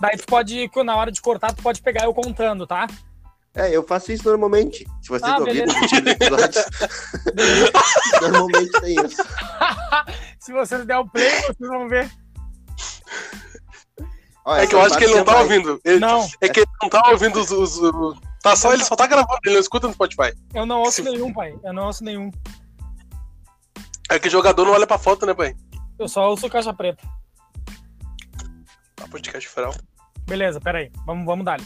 Daí tu pode, na hora de cortar, tu pode pegar eu contando, tá? É, eu faço isso normalmente. Se tá vocês Ah, ouvirem beleza. os últimos episódios, normalmente tem isso. Se vocês der o play, vocês vão ver. Ó, É que eu essa acho que ele não parte tá é ouvindo. Ele- Não, É que ele não tá ouvindo os. os- o- Tá só, ele só tá gravando, ele não escuta no Spotify. eu não ouço nenhum, pai. Eu não ouço nenhum. É que jogador não olha pra foto, né, pai? Eu só ouço caixa preta. Ah, podcast feral. Beleza, peraí. Vamos, vamos dar.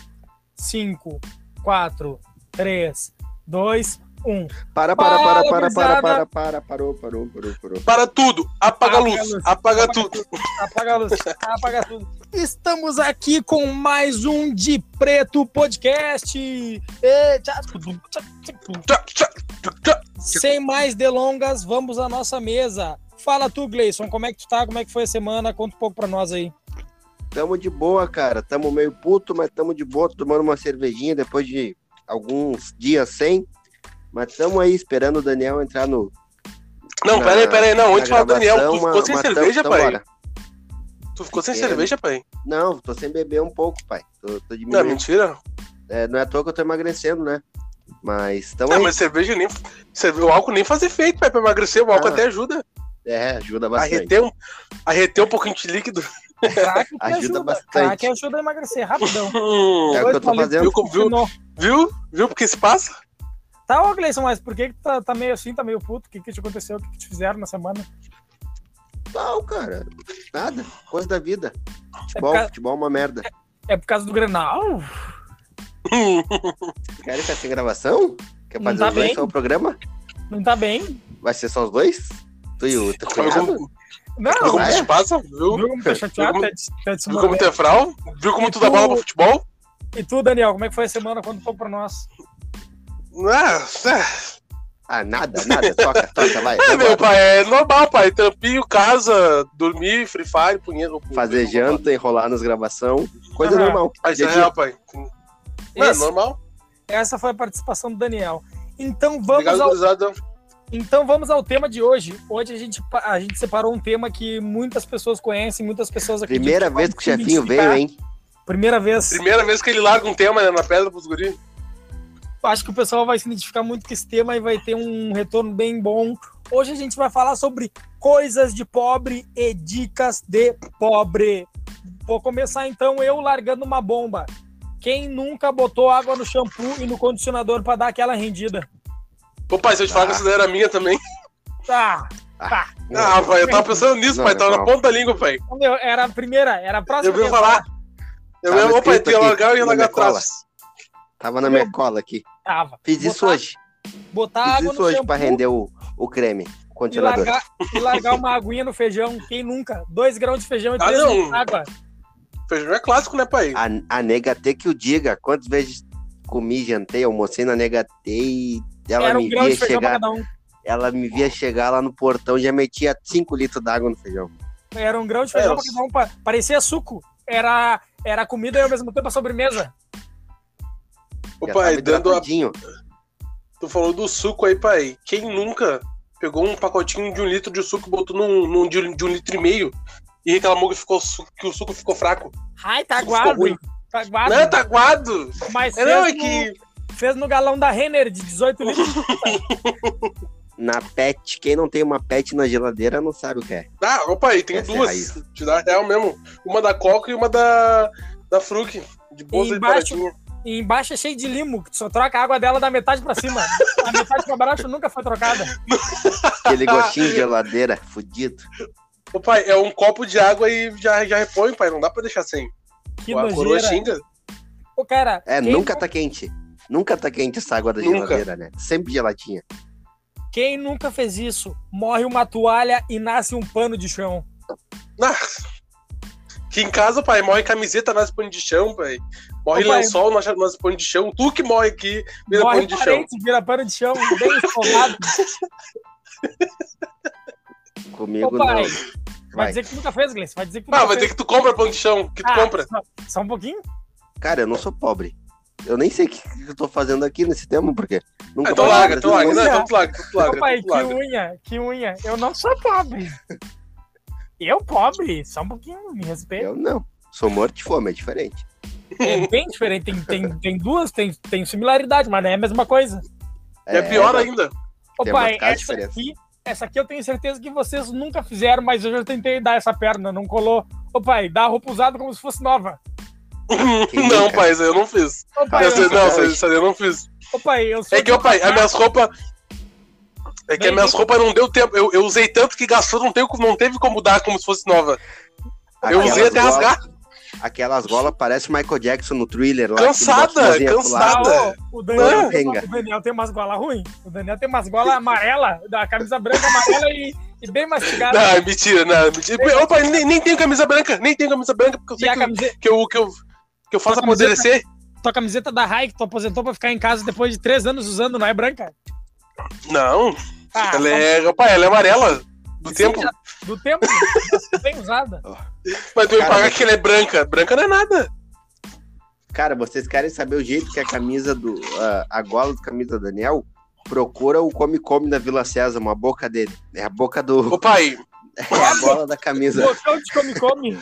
5, 4, 3, 2, 1. Para, para, para, Fala, para, para, gurizada. para, para, parou, parou, parou, parou. Para tudo, apaga a luz, apaga Apaga tudo. Apaga a luz, apaga tudo. Estamos aqui com mais um De Preto Podcast. E tchá, tchá, tchá, tchá. Tchá, tchá, tchá, tchá. Sem mais delongas, vamos à nossa mesa. Fala tu, Gleison, como é que tu tá? Como é que foi a semana? Conta um pouco pra nós aí. Tamo de boa, cara. Tamo meio puto, mas tamo de boa, tomando uma cervejinha depois de alguns dias sem. Mas tamo aí esperando o Daniel entrar no. Não, na- pera aí, pera aí, não. Antes de na falar do Daniel, gravação, tu ficou mas- sem mas tamo- cerveja, tamo pai? bora. Tu ficou sem Fiquei, cerveja, pai? Não, tô sem beber um pouco, pai. Tô, tô Não, diminuindo. mentira. É, não é à toa que eu tô emagrecendo, né? Mas tamo Não, aí. Tá, mas cerveja nem. cerve- O álcool nem faz efeito, pai, pra emagrecer. O álcool Ah, até ajuda. É, ajuda A bastante. reter, um, a reter um pouquinho de líquido. Crack que Ajuda bastante. Crack ajuda a emagrecer rapidão. Hum, É o que eu tô Olha, fazendo. viu, como- viu, Afinou. viu? Viu porque se passa? Tá, ô Gleison, mas por que que tu tá, tá meio assim, tá meio puto? O que que te aconteceu? O que que te fizeram na semana? Não, cara. Nada. Coisa da vida. É Futebol, por, causa, futebol é uma merda. é por causa do Grenal? Hum, Querem ficar sem gravação? Quer Não fazer tá os dois bem. só o programa? Não tá bem? Vai ser só os dois? Tu e o teu Sabe cunhado? como, sabe Não, como é? tu se passa? Viu? viu como tá chateado? Viu Tá de- tá de Viu como semana tu é fral? Viu como E tu dá tu- bola pro futebol? E tu, Daniel, como é que foi a semana? Conta um pouco pra nós. Ah, é, Ah, nada, nada. Toca, toca, vai. vai é, meu embora. pai, é normal, pai. Trampinho, casa, dormir, free fire, punheiro. Fazer janta, enrolar nas gravação. Coisa Aham. normal. Mas é Dia a dia. real, pai. Não, é Esse- normal. Essa foi a participação do Daniel. Então vamos, Obrigado, ao, gurizada. então vamos ao tema de hoje. Hoje a gente, pa- a gente separou um tema que muitas pessoas conhecem, muitas pessoas aqui. Primeira vez que o chefinho veio, hein? Primeira vez. Primeira vez que ele larga um tema né, na pedra pros guris. Acho que o pessoal vai se identificar muito com esse tema e vai ter um retorno bem bom. Hoje a gente vai falar sobre coisas de pobre e dicas de pobre. Vou começar então eu largando uma bomba. Quem nunca botou água no shampoo e no condicionador pra dar aquela rendida? Ô, pai, se eu te Ah. falar que essa daí era minha também. Tá. Ah, pai, eu tava pensando nisso, Não, pai. é Tava na mal. ponta da língua, pai. Então, Meu, era a primeira, era a próxima. Eu vi vez. falar. Eu Tava vi, ô, pai, Tá escrito tu ia aqui, largar, eu ia na largar minha cola. atrás. Tava na minha cola aqui. Tava. Fiz isso Botar- hoje. Botar Fiz água isso no hoje shampoo pra render o, o creme. e Condicionador. largar, e largar uma aguinha no feijão. Quem nunca? Dois grãos de feijão e Tá Ah, três não. litros de água. Feijão é clássico, né, pai? A, a nega T que o diga. Quantas vezes comi, jantei, almocei na nega T e ela era um me grão via de feijão pra chegar. cada um. Ela me via chegar lá no portão e já metia 5 litros d'água no feijão. Era um grão de feijão É, pra cada um. pa- Parecia suco. Era, era comida e ao mesmo tempo a sobremesa. Ô, Já tá pai, tava dando a hidratadinho. Tu falou do suco aí, pai. Quem nunca pegou um pacotinho de um litro de suco e botou num, num de, um- de um litro e meio e reclamou que, ficou, su- que o suco ficou fraco? Ai, tá Ficou guado. ruim. Tá guado. Não, tá aguado! Mas É, fez, não, é no, que. fez no galão da Renner de 18 litros. Na pet, quem não tem uma pet na geladeira não sabe o que é. Ah, ô, pai, tem Essa é a duas. raiz. Te dá real mesmo. Uma da Coca e uma da. da Fruc. De bolsa de embaixo- paradinha. E embaixo é cheio de limo. que tu Só troca a água dela da metade pra cima. A metade pra baixo nunca foi trocada. Aquele gostinho de geladeira, fudido. Ô, pai, é um copo de água e já, já repõe, pai. Não dá pra deixar sem. Que a coroa é nojeira. xinga. Ô, cara, É, quem nunca tá quente. Nunca tá quente essa água da Nunca. geladeira, né? Sempre geladinha. Quem nunca fez isso? Morre uma toalha e nasce um pano de chão. Ah. Que em casa, pai, morre camiseta, nasce pano de chão, pai. Morre Ô, pai. lençol, nasce nasce pano de chão. Tu que morre aqui, vira Morre pano de chão. parente, vira pano de chão, bem escovado. Comigo Ô, pai, não. vai Vai. dizer que nunca fez, Gleice. Vai dizer que nunca Ah, vai fez. ter que tu compra pano de chão. Que tu Ah, compra. Só, só um pouquinho? Cara, eu não sou pobre. Eu nem sei o que, que eu tô fazendo aqui nesse tema, porque. Nunca Ah, então fui larga, pobre, assim, então todo larga. mundo- Não, então tu larga, então tu larga. Ô, pai, então tu que larga. unha, que unha. Eu não sou pobre. Eu pobre, só um pouquinho, me respeita. Eu não. Sou morto de fome, é diferente. É bem diferente. Tem, tem, tem duas, tem, tem similaridade, mas não é a mesma coisa. É, pior ainda. Ô, Tem pai, marcado essa diferença. aqui, essa aqui eu tenho certeza que vocês nunca fizeram, mas eu já tentei dar essa perna, não colou. Ô pai, dá a roupa usada como se fosse nova. Quem não, nunca? pai, isso aí eu não fiz. Ô pai, Essa- eu, Essa- não, essa- isso aí eu não fiz. ô, pai, eu sou É que, ó, pai, as minhas roupas. É que Bem, as minhas bem. roupas não deu tempo. Eu, eu usei tanto que gastou, não teve, não teve como dar como se fosse nova. Eu usei até golas- rasgar. Aquelas golas parecem o Michael Jackson no thriller lá. que ele Cansada, bota uma luzinha pro cansada. lado. Ah, ô, o, Daniel, Não, tem Renga. o Daniel tem umas golas ruins. O Daniel tem umas golas amarela, da camisa branca amarela e, e bem mastigada. Não, é mentira, não, é mentira. Ô, pai, nem, nem tenho camisa branca, nem tenho camisa branca, porque eu e sei a que, camiseta, que, eu, que, eu, que eu faço Tua pra poder camiseta- descer. tua camiseta da Rai que tu aposentou pra ficar em casa depois de três anos usando, não é branca? Não, Ah, ela é. Opa, ela é amarela. Do Sim, tempo. já- Do tempo, né? Tá bem usada. Mas tu me Cara, pagar mas- que ela é branca. Branca não é nada. Cara, vocês querem saber o jeito que a camisa do. a- a gola do camisa do Daniel? Procura o Come Come da Vila César, uma boca dele. É a boca do. Ô, pai, É a gola da camisa. Botão de come-come.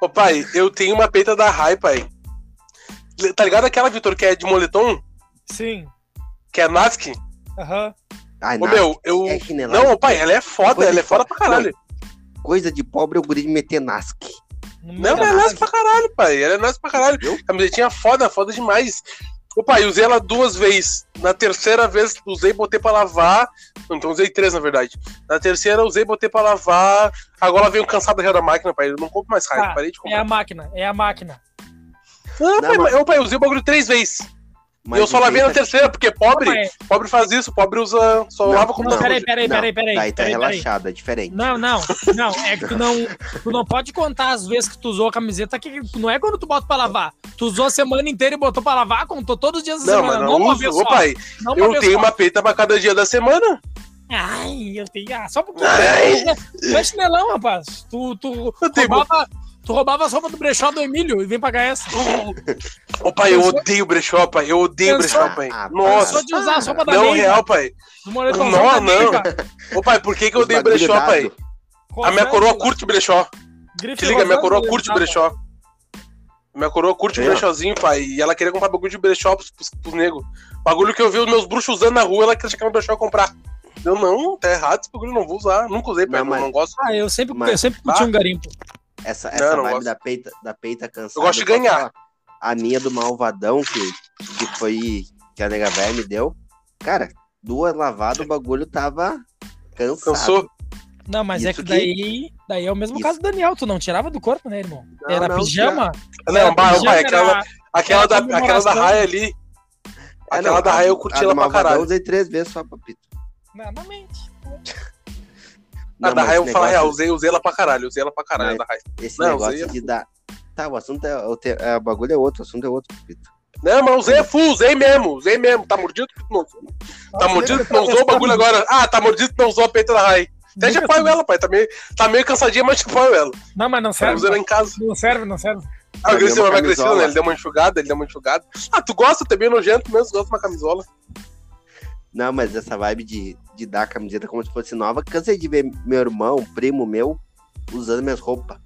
ô, pai, eu tenho uma peita da Rai, pai. Tá ligado aquela, Vitor, que é de moletom? Sim. Que é Naskin? Aham. Ai, Ô, não. meu, eu. É chinelada. Não, pai, ela é foda, Coisa ela é de foda foda. pra caralho. Coisa de pobre é o guri de meter nasc. Não, mas ela é nasce pra caralho, pai. Ela é nasce pra caralho. Viu? Camisetinha foda, foda demais. Ô, pai, usei ela duas vezes. Na terceira vez usei, botei pra lavar. Não, Então usei três, na verdade. Na terceira usei, botei pra lavar. Agora veio cansado já da máquina, pai. Eu não compro mais raio, Tá, parei de É a comprar. máquina, é a máquina. Não, Não, pai, mas- mas... ô, pai, usei o bagulho três vezes. E Mas eu só o lavei na jeito é- terceira, porque pobre, Mas- pobre faz isso, pobre usa, só Não, lava como não. tá Peraí, sujo. peraí, Não, peraí, peraí. Daí tá peraí, peraí. relaxado, é diferente. Não, não, não, é que tu não, tu não pode contar as vezes que tu usou a camiseta, que não é quando tu bota pra lavar. Tu usou a semana inteira e botou pra lavar, contou todos os dias da Não, mas semana. não, uma uso. vez Ô, só. pai, não uma eu vez tenho só. uma peita pra cada dia da semana. Ai, eu tenho. Ah, só porque. Ai. Tu é chinelão, rapaz. Tu, tu, Eu tenho- roubava, tu roubava a sopa do brechó do Emílio e vem pagar essa. Ô pai, eu Pensou- odeio brechó, pai. Eu odeio Pensou- brechó, pai. Ah, Só Nossa, para. de usar a sopa da não Neide, real, pai. do moletom Não, da Neide, não. cara. Ô pai, por que, que eu Os odeio bagulho brechó, dado. pai? A minha coroa Rosângela, curte brechó. grife Te liga, minha Rosângela, coroa curte tá, pô. brechó. Minha coroa curte Aí, ó. brechózinho, pai. E ela queria comprar bagulho de brechó pros, pros, pros negros. Bagulho que eu vi os meus bruxos usando na rua, ela queria chegar no brechó e comprar. Eu não, tá errado esse bagulho, não vou usar. Nunca usei, pai. Não, Não, mas- não gosto. Ah, eu sempre, Mas- eu sempre curti Ah. um garimpo. Essa, essa não vibe gosto. da peita, da peita cansada. Eu gosto de posso ganhar. falar? A minha do Malvadão, que, que foi. que a nega velha me deu. Cara, duas lavadas, o bagulho tava cansado. Cansou? Não, mas é Isso que que- daí, daí é o mesmo Isso. caso do Daniel, tu não tirava do corpo, né, irmão? Não, era não, pijama? Não, pai, pijama, pai, aquela, era- aquela, era da, aquela da comemoração. raia ali. É, Aquela não, da a- raia eu a curti do ela pra Malvadão caralho. eu usei três vezes só, papito. Não, não mente. A Não, da mas raia eu esse vou falar real, negócio- É. usei, usei ela pra caralho, usei ela pra caralho, Mas- a da raia. Esse Não, é negócio usei- de dar. Tá, o assunto é. O, te- é, o bagulho é outro, o assunto é outro, papito. Não, mas usei full, usei mesmo, usei mesmo. Tá mordido que tu não usou. Tá mordido que tu não usou o bagulho agora. Ah, tá mordido que tu não usou a peita da raia. Até já apoio ela, pai. Tá meio, tá meio cansadinha, mas já apoio ela. Não, mas não Tá serve. usando em casa. Não serve, não serve. Ah, o Tá meio Grêmio uma vai emagrecendo, camisola. né? Ele deu uma enxugada, ele deu uma enxugada. Ah, tu gosta também, nojento mesmo, gosta de uma camisola. Não, mas essa vibe de, de dar a camiseta como se fosse nova, cansei de ver meu irmão, primo meu, usando minhas roupas.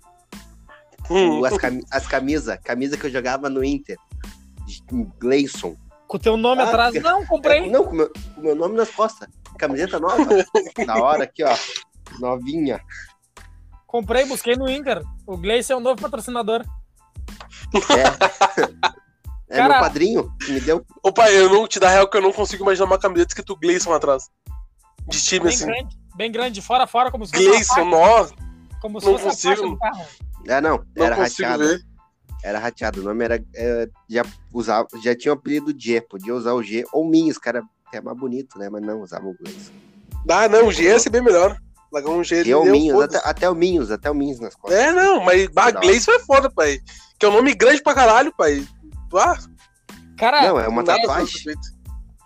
Hum. As, cami as camisas, camisa que eu jogava no Inter. de- Gleison. Com o teu nome Ah, atrás, porque- não, comprei. Não, com o meu, com o meu nome nas costas. Camiseta nova. Na hora aqui, ó. Novinha. Comprei, busquei no Inter. O Gleice é o novo patrocinador. É Cara. meu padrinho que me deu. Ô, pai, eu não te dá real que eu não consigo imaginar uma camiseta escrito Gleison atrás. De time, Bem assim. grande, bem grande, fora, fora, como se fosse a Gleison, faixa, nossa, como se não fosse a faixa consigo. do carro. Ah, não. não era consigo rateado. ver. Era rateado. O nome era. é, já, usava, já tinha o apelido G. Podia usar o G ou Minhas, cara. É mais bonito, né? Mas não usava o Gleison. Ah, não, o G ia ser bem melhor. Largar um G ele Eu, deu, Minhos, foda-se. até, até o Minhos, até o Minhos nas costas. É, não, mas bah, Não. Gleison é foda, pai. Que é um nome grande pra caralho, pai. Ah, Cara, Não, é uma nada tatuagem. desse jeito.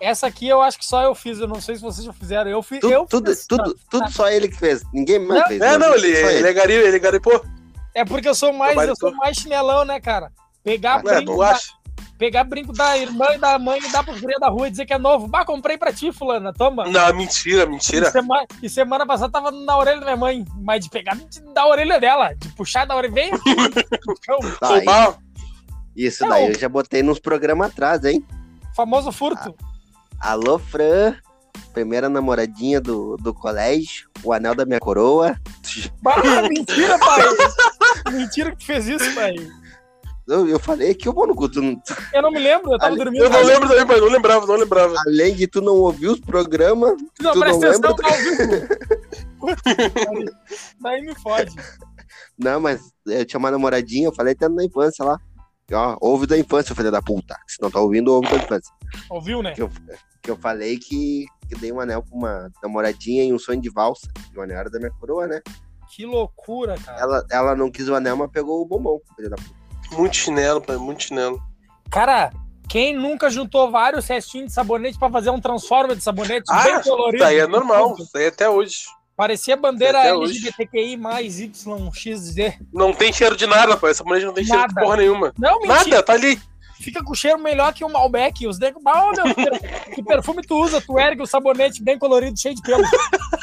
essa aqui eu acho que só eu fiz, eu não sei se vocês já fizeram. Eu, fi, eu Tudo, tudo, fiz, tudo, tudo só ele que fez. Ninguém mais Não, fez. É, né? não, ele, Só ele é gari, ele é gari, pô. É porque eu sou mais, eu sou mais chinelão, né, cara? Pegar a Ah, É, print, bom. tu acha? da, Pegar brinco da irmã e da mãe e dar pro frio da rua e dizer que é novo. Bah, comprei pra ti, fulana, toma. Não, mentira, mentira. E semana, e semana passada tava na orelha da minha mãe, mas de pegar de- da orelha dela, de puxar da orelha, vem aqui. Então, Tá, Roubar. Isso Não. daí eu já botei nos programas atrás, hein? famoso furto. Alô, Fran. Primeira namoradinha do, do colégio. O anel da minha coroa. Bah, mentira, pai. mentira que tu fez isso, pai. Eu, eu falei que eu vou no cu. Tu não- Eu não me lembro, eu tava Ali- dormindo. Eu não lembro também, mas não lembrava, não lembrava. além de tu não ouvir os programas, Não, Tu presta atenção, não lembra? tá ouvindo? Puta que pariu. Daí me fode. Não, mas eu tinha uma namoradinha, eu falei até na infância lá. Ó, ouve da infância, filha da puta. Se não tá ouvindo, ouve da infância. Ouviu, né? Que eu, que eu falei que, que dei um anel pra uma namoradinha e um sonho de valsa. E o anel era da minha coroa, né? Que loucura, cara. Ela, ela não quis o anel, mas pegou o bombom, filha da puta. Muito chinelo, pai, muito chinelo. Cara, quem nunca juntou vários restinhos de sabonete pra fazer um transformer de sabonete Ah, bem colorido? Daí é normal, daí até hoje. Parecia bandeira Até hoje. LGBTQI mais YXZ. Não tem cheiro de nada, pai. Essa mulher não tem cheiro de Nada. porra nenhuma. Não, mentira. Nada, tá ali. Fica com cheiro melhor que o Malbec. Os negros, ah, meu, que per- que perfume tu usa? Tu ergue o sabonete bem colorido, cheio de pelo,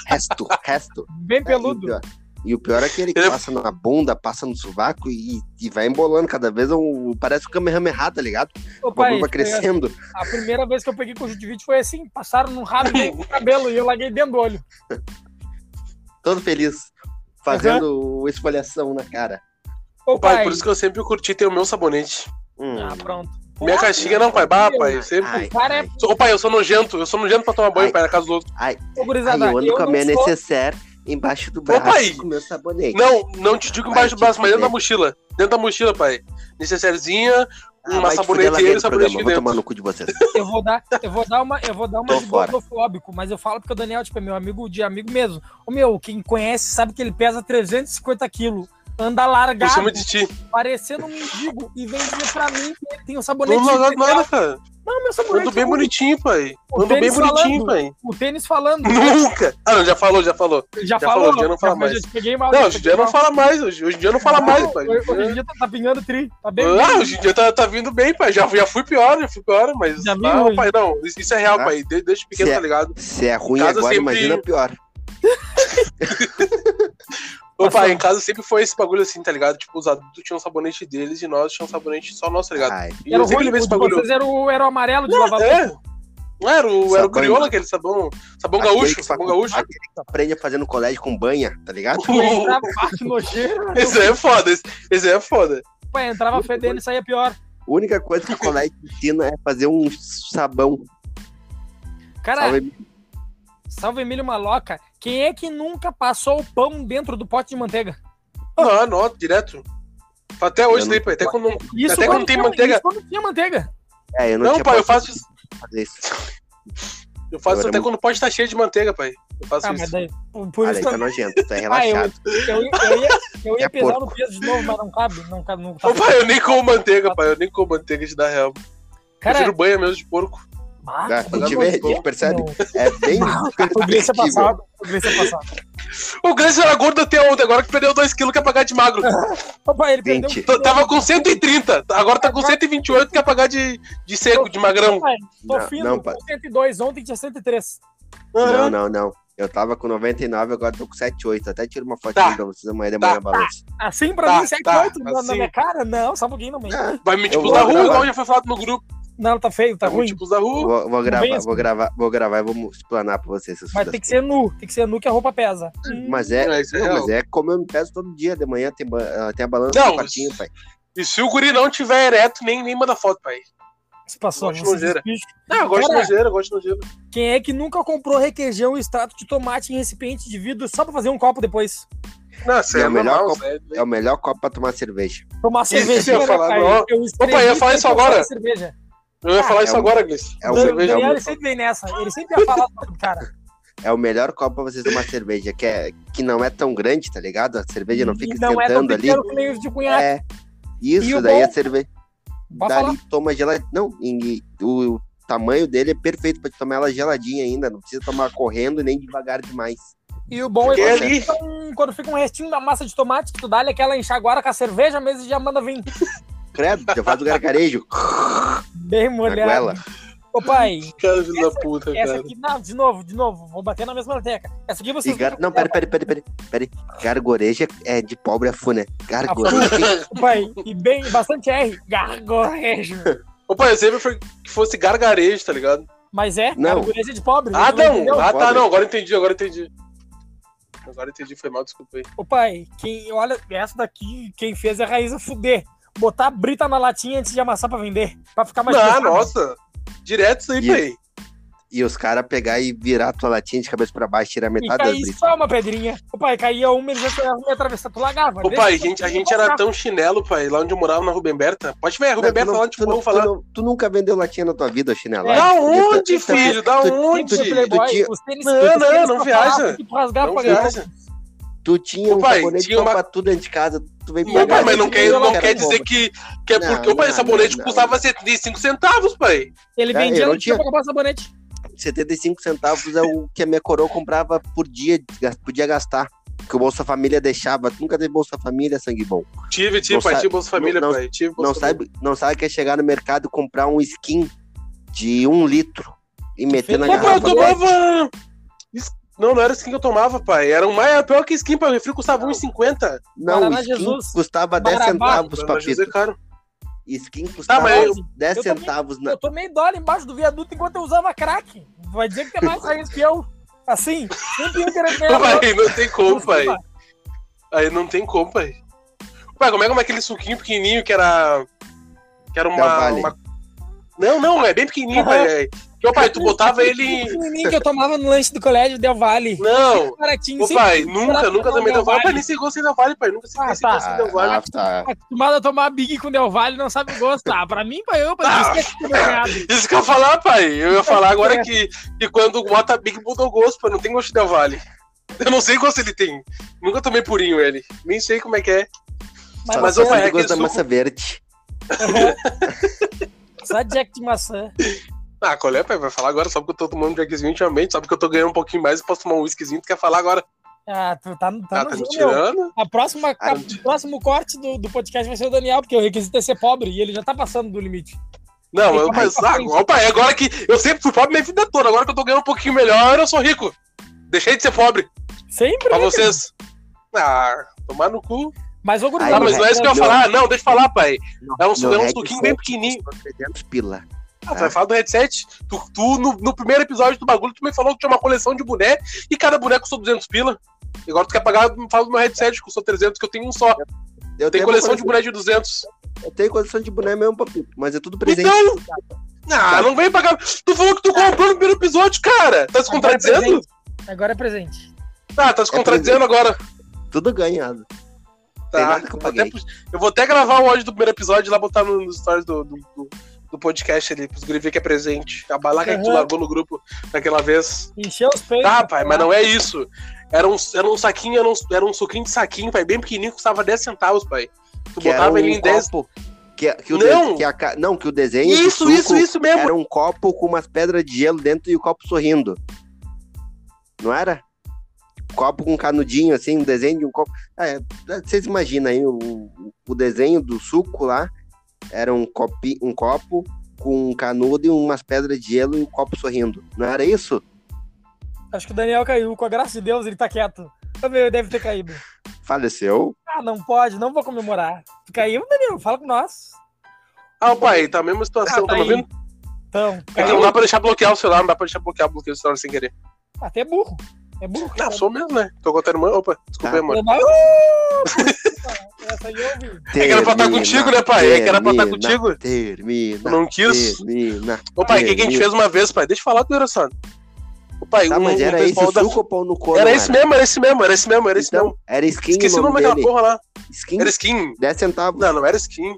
Resto, resto. É, bem E peludo. o Tá pior- E o pior é que ele Ele- passa na bunda, passa no sovaco e, e vai embolando cada vez. Um, parece o Kamehameha, tá ligado? Ô, então, O bagulho pai, é vai crescendo. a primeira vez que eu peguei conjuntivite foi assim, passaram num rabo e no cabelo e eu larguei dentro do olho. Todo feliz. Fazendo esfoliação na cara. Ô, Pai, pai, por isso que eu sempre curti ter o meu sabonete. Hum. Ah, pronto. Minha caixinha não, pai. Bah, pai. eu sempre. Ai, cara é ai. Ô, pai, eu sou nojento. Eu sou nojento pra tomar banho, Ai. pai, na casa do outro. Ô, Aí gurizada, eu ando eu com a não minha sou- necessaire embaixo do Opa, braço aí. com meu sabonete. Não, não te digo embaixo Ai, do braço, que mas dentro da fuder. mochila. Dentro da mochila, pai. Necessairezinha, Ah, uma vai te fuder lá saboneteira e dentro um do programa, sabonete vou dentro. tomar no cu de vocês. Eu vou dar, eu vou dar uma, eu vou dar uma Tô de fora. gordofóbico, mas eu falo porque o Daniel, tipo, é meu amigo de amigo mesmo. O meu, quem conhece sabe que ele pesa 350 quilos, anda Por largado, cima de ti. parecendo um mendigo, e vem dizer pra mim que ele tem um sabonete. Não, não, não, especial. nada, cara. Não, meu sabonete. Ando bem é bonito. bonitinho, pai. O Ando bem tênis falando. bonitinho, pai. O tênis falando. Nunca! Ah, não, já falou, já falou. Já, Já falou, falou, hoje em dia não fala já- mais. já te peguei mal. Não, já hoje em te dia peguei não fala mais. Hoje, hoje em dia não fala mal. mais, pai. Hoje em dia tá, tá pingando tri, tá bem. Ah, hoje em dia tá, tá vindo bem, pai. Já, já fui pior, já fui pior, mas. Já viu não, hoje? pai, não. Isso isso é real, Ah. pai. De- Desde pequeno, Cê- tá ligado? Se é ruim Casa agora, sempre- imagina pior. Ô, Nossa. pai, em casa sempre foi esse bagulho assim, tá ligado? Tipo, os adultos tinham sabonete deles e nós tínhamos sabonete só nosso, tá ligado? Ai, E Ah, Era eu o sempre ruim, o levei esse de bagulho. vocês era o, era o amarelo de lavar É. Não era o, era o Sabão. crioula, aquele sabão. Sabão tá aquele gaúcho, que sabão fa- gaúcho. aquele que tu aprende a fazer no colégio com banha, tá ligado? Entrava, ah, que nojeira. Esse aí é foda, esse, esse aí é foda. Pai, entrava fedendo e saía pior. A única coisa que o colégio ensina é fazer um sabão. Cara, Salve- Salve Emílio Maloca. Quem é que nunca passou o pão dentro do pote de manteiga? Ah. Não, não, direto. Tá Até hoje, Eu daí, não- pai. Até quando não. Até quando tem tinha- manteiga. isso quando tinha manteiga. É, eu não, Não, tinha pai, eu passado faço isso. pra fazer isso. Eu faço Eu era até muito- quando pode estar cheio de manteiga, pai. Eu faço Ah, mas isso. daí, por, por Olha, isso aí que tá eu, Ah, nojento, tá relaxado. eu, eu ia, eu ia É pesar porco. no peso de novo, mas não cabe. Não cabe, não Ô, cabe. pai, eu nem como manteiga, pai. Eu nem como manteiga de dar real. Cara, eu tiro banha mesmo de porco. ah, Ah, a gente vê, a gente percebe. não. É bem O Gleice é perceptível. passado. O Gleice é passado. O Gans era gordo até ontem, agora que perdeu 2kg quer pagar de magro. Opa, ele perdeu. Gente, T- Tava com 130, agora tá com 128, quer pagar de, de seco, de magrão. Pai, tô Não, fino, não, com pai. 102, ontem tinha 103. Não, Aham. não, não. Eu tava com 99, agora tô com 78. Até tiro uma foto Tá. pra vocês amanhã de manhã Tá. balanço. Assim pra Tá, mim, 7, tá, 8 na, na assim. minha cara? Não, só um pouquinho no meio. Ah, Vai me tipos vou da rua, gravar. igual já foi falado no grupo. Não, tá feio, tá Vai me ruim. tipos da rua. Vou, vou vem gravar, assim. vou gravar, vou gravar e vou explanar pra vocês. seus Mas filhos tem que da ser assim. nu, tem que ser nu que a roupa pesa. Hum, puta. Mas é, É, isso é não, real. mas é como eu me peço todo dia de manhã, tem, ba- ah, tem a balança Não, no quartinho, pai. E se o guri não tiver ereto, nem, nem manda foto, pai. Se passou, Gosto de vocês nojeira. bichos. Não, eu gosto de Cara. nojeira, eu gosto de nojeira. Quem é que nunca comprou requeijão e extrato de tomate em recipiente de vidro só pra fazer um copo depois? Não, isso aí É é o melhor normal, copo. sério. É o melhor copo pra tomar cerveja. Tomar Isso que cervejinha, eu ia né, falar, pai? não. eu escrevi Opa, eu ia falar que isso eu agora. tomava Cerveja. Eu ia falar Ah, isso é o- agora, Gleice. É o, Dan- cerveja. é, Daniel, ele o, sempre vem nessa. Ele sempre ia falar sobre o cara. é o melhor copo pra vocês tomar cerveja, que, é, que não é tão grande, tá ligado? A cerveja não fica e não é tão esquentando ali. pequeno que nem os de cunhaque. É. Isso, E o daí bom- a cerveja. É, Pode Dali toma geladinha. Não, e- e o, o tamanho dele é perfeito pra te tomar ela geladinha ainda. Não precisa tomar correndo e nem devagar demais. E o bom é Que quando ali. fica, um, quando fica um restinho da massa de tomate que tu dá-lhe aquela enxaguara com a cerveja mesmo e já manda vir. Credo, já faz o gargarejo. Bem molhado. Naguela. tipo, Ô, pai, Cara, filho da puta, essa cara. aqui, não, de novo, de novo, vou bater na mesma teca. Essa aqui E vocês. gar... Não, peraí, peraí, peraí, peraí. peraí. Gargoreja é de pobre a fu, né? Gargoreja. Ô, pai, e bem, bastante R. Gargorejo. Ô, pai, eu sempre foi que fosse gargarejo, tá ligado? Mas é, Não. gargorejo é de pobre. Ah, entendeu? não! Ah, tá, Pobre. não, agora entendi, agora entendi. Agora entendi, foi mal, desculpa aí. Ô pai, quem olha, essa daqui, quem fez é a raiz a fuder. Botar a brita na latinha antes de amassar pra vender. Pra ficar mais Ah, pesado. nossa! Direto isso aí, Isso. pai. e os caras pegar e virar a tua latinha de cabeça pra baixo, tirar E metade tá das cair britas. só uma pedrinha. Ô pai, caía uma, eles já me atravessar, tu lagava. Ô, Deixa pai, a eu- gente, a gente era tão chinelo, pai, lá onde eu morava na Rubem Berta. Pode ver, a Rubem Não, tu Berta não- lá onde tu não- vamos tu falar. não- Tu nunca vendeu latinha na tua vida, ô chinelagem? Da Tu devia onde, tá- filho? Da tu- tu- Gente, onde? tu- Playboy, tu- os tênis- Não, os tênis não, pra não falar, viaja. que tu rasgava Não pra ganhar. viaja. Tu tinha Ô, um pai, sabonete tinha só uma- pra tudo dentro de casa, tu veio Não, pai, mas não quer, não Cara, quer dizer pô, que, que é Não, porque o pai, não, sabonete não, custava não. 75 centavos, pai. Ele Cara, vendia eu não não tinha tinha- pra comprar sabonete. 75 centavos é o que a minha coroa comprava por dia, gas- podia gastar. Que o Bolsa Família deixava. Tu Nunca teve Bolsa Família, sangue bom. Tive, tive, Não pai, sabe- tive Bolsa Família, não- pai. Tive Bolsa Não sabe, não sabe que é chegar no mercado e comprar um skin de um litro e meter na feio. Papai, eu garrafa. Papai, tomava. Isso- Não, não era skin que eu tomava, pai. Era uma era pior que skin, pai. O refri custava 1,50. Não, Guaraná o skin Jesus. custava 10 Guarabá. centavos, Guaraná Jesus papito. é caro. Skin custava mas é eu- 10 eu também- centavos na, Eu tomei dólar embaixo do viaduto enquanto eu usava crack. Vai dizer que tem mais raiz que eu. Assim, sempre eu querendo ganhar. Pai, não tem como, Desculpa. pai. Aí não tem como, pai. Pai, como é como é aquele suquinho pequenininho que era. Que era Da uma. Vale. uma- Não, não, é bem pequenininho, Aham. pai. É. Que, ô, pai, tu botava ele. pequenininho que eu tomava no lanche do colégio Del Vale. Não! Baratinho, Ô, sempre pai, nunca, Parece nunca que não também deu deu vale. vale. Pai, nem se gostei da vale, pai. Nunca se Ah, ah, tá. gostei da vale. Ah, tá. acostumado a tomar Big com Del Vale, não sabe o gosto. Ah, pra mim, pra eu, pra Ah. mim, esquece que eu tô ganhado. Isso que eu ia falar, pai. Eu ia falar agora que, que quando bota Big muda o gosto, pai. Não tem gosto de Del Vale. Eu não sei gosto ele tem. Nunca tomei purinho ele. Nem sei como é que é. Mas, Mas Só ô, pai, sente é o gosto que da suco- massa verde. é só Jack de maçã. Ah, qual é, pai? Vai falar agora só porque eu tô tomando um jackzinho ultimamente, só porque eu tô ganhando um pouquinho mais e posso tomar um whiskyzinho. Tu quer falar agora? Ah, tu tá, no- tá ah, no tá jogo, me meu. tirando? tá. A próxima, Ah, cap- o próximo corte do, do podcast vai ser o Daniel, porque o requisito é ser pobre e ele já tá passando do limite. Não, eu Vai, mas, vai. ah, ó, pai, agora que eu sempre fui pobre minha vida toda, agora que eu tô ganhando um pouquinho melhor, eu sou rico. Deixei de ser pobre Sempre. pra né, cara? vocês. Ah, tomar no cu. Mas ô, Aí, Tá, gurizada, mas não é isso que eu ia Não. falar. Não, deixa eu falar, pai. É Meu um, é um headset suquinho bem pequenininho. custou 300 pila. Ah, tu vai falar do headset. Tu, tu, no, no primeiro episódio do bagulho, tu me falou que tinha uma coleção de boné e cada boneco custou 200 pila. E agora tu quer pagar, fala do meu headset, custou 300, que eu tenho um só. Eu Tem tenho coleção de coleção- boné de 200. Eu tenho coleção de boné mesmo, papito. Mas é tudo presente. Então. Tá. Ah, não vem pagar. Tu falou que tu comprou no primeiro episódio, cara. Tá agora se é contradizendo? presente. Agora é presente. Ah, tá se É contradizendo agora. Tudo ganhado. Tem Tá. nada que eu Eu vou, paguei. até, eu vou até gravar o áudio do primeiro episódio e lá botar no- nos stories do, do, do- do podcast ali, pros guri ver que é presente. A balaca que tu Aham. largou no grupo naquela vez. Encheu os peitos. Tá, pai, mas não é isso. Era um, era um saquinho, era um, era um suquinho de saquinho, pai, bem pequenininho, custava 10 centavos, pai. Tu Que era botava um ele em 10. copo Que, que o Não. de- que a ca- não, que o desenho. do Isso, suco isso, isso mesmo. Era um copo com umas pedras de gelo dentro e o copo sorrindo. Não era? Copo com canudinho, assim, um desenho de um copo. Ah, é, vocês imaginam aí, o, o desenho do suco lá era um, copi, um copo com um canudo e umas pedras de gelo e um copo sorrindo. Não era isso? Acho que o Daniel caiu. Com a graça de Deus, ele tá quieto. Ô, meu, deve ter caído. Faleceu? Ah, não pode, não vou comemorar. Tu Caiu, Daniel, fala com nós. Ah, pai, tá a mesma situação, Ah, tá tá me aí. ouvindo? Então, É que caiu. não dá pra deixar bloquear o celular, não dá pra deixar bloquear bloquear o celular sem querer. Até é burro. É burro. Não, sou mesmo, né? Tô contando, mano. Opa, desculpa aí, Tá. mano. Daniel, uh! Essa aí eu ouvi. É que era pra estar Termina, contigo, né, pai? É que era pra estar termina, contigo. Termina. Eu não quis. Termina. Ô, pai, o que, que a gente fez uma vez, pai? Deixa eu falar do Eurosano. Ô, pai, Tá, um, mas um era esse pessoal o da... suco ou pau no couro? Era esse mesmo, era esse mesmo, era esse mesmo, era esse Então, mesmo. Era skin Esqueci o nome daquela porra lá. Skin? Era skin. 10 centavos. Não, não era skin.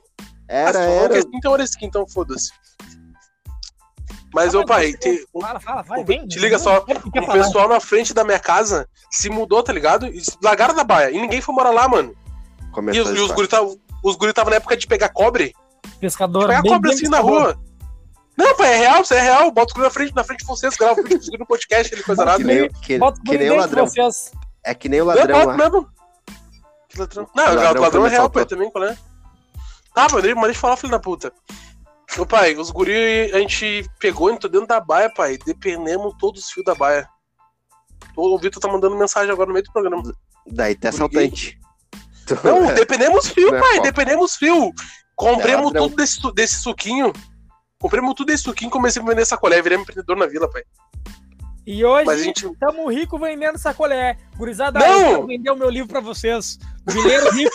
Ah, é? Era, se tu falou era. que é skin, então era skin, então foda-se. Mas, Ah, ô, pai, você- tem um- Fala, fala, vai, Ô, vem. te liga só, O que tu quer um falar? pessoal na frente da minha casa se mudou, tá ligado? E se largaram da baia. E ninguém foi morar lá, mano. E Começou os, a e os história. guri tavam- os guri estavam na época de pegar cobre. Pescador. Pegar bem- cobra bem assim na pescador. rua. Não, pai, é real, isso é real. Bota o guri na frente, na frente de vocês, grava o vídeo do guri no podcast, ele coisa nada. Que nem, que, Bota que nem o dentro ladrão. de vocês. É que nem o Não, ladrão bota lá. mesmo. Que ladrão? Não, O o ladrão ladrão, foi é me real, assaltou. pai, também, qual é? Tá, mas deixa mas deixa eu falar, filho da puta. Ô pai, os guri a gente pegou, entrou dentro da baia, pai. Dependemos todos os fios da baia. Ô, O Vitor tá mandando mensagem agora no meio do programa. Daí tá assaltante. Não, um dependemos fio, É, Não é pai, foco. dependemos fio. Compremos É ladrão. tudo desse, su- desse suquinho. Compremos tudo desse suquinho e comecei a vender sacolé. Virei empreendedor na vila, pai. E hoje Mas a gente. tamo rico vendendo sacolé. Gurizada, Não! eu quero vender o meu livro pra vocês. Milheiro rico.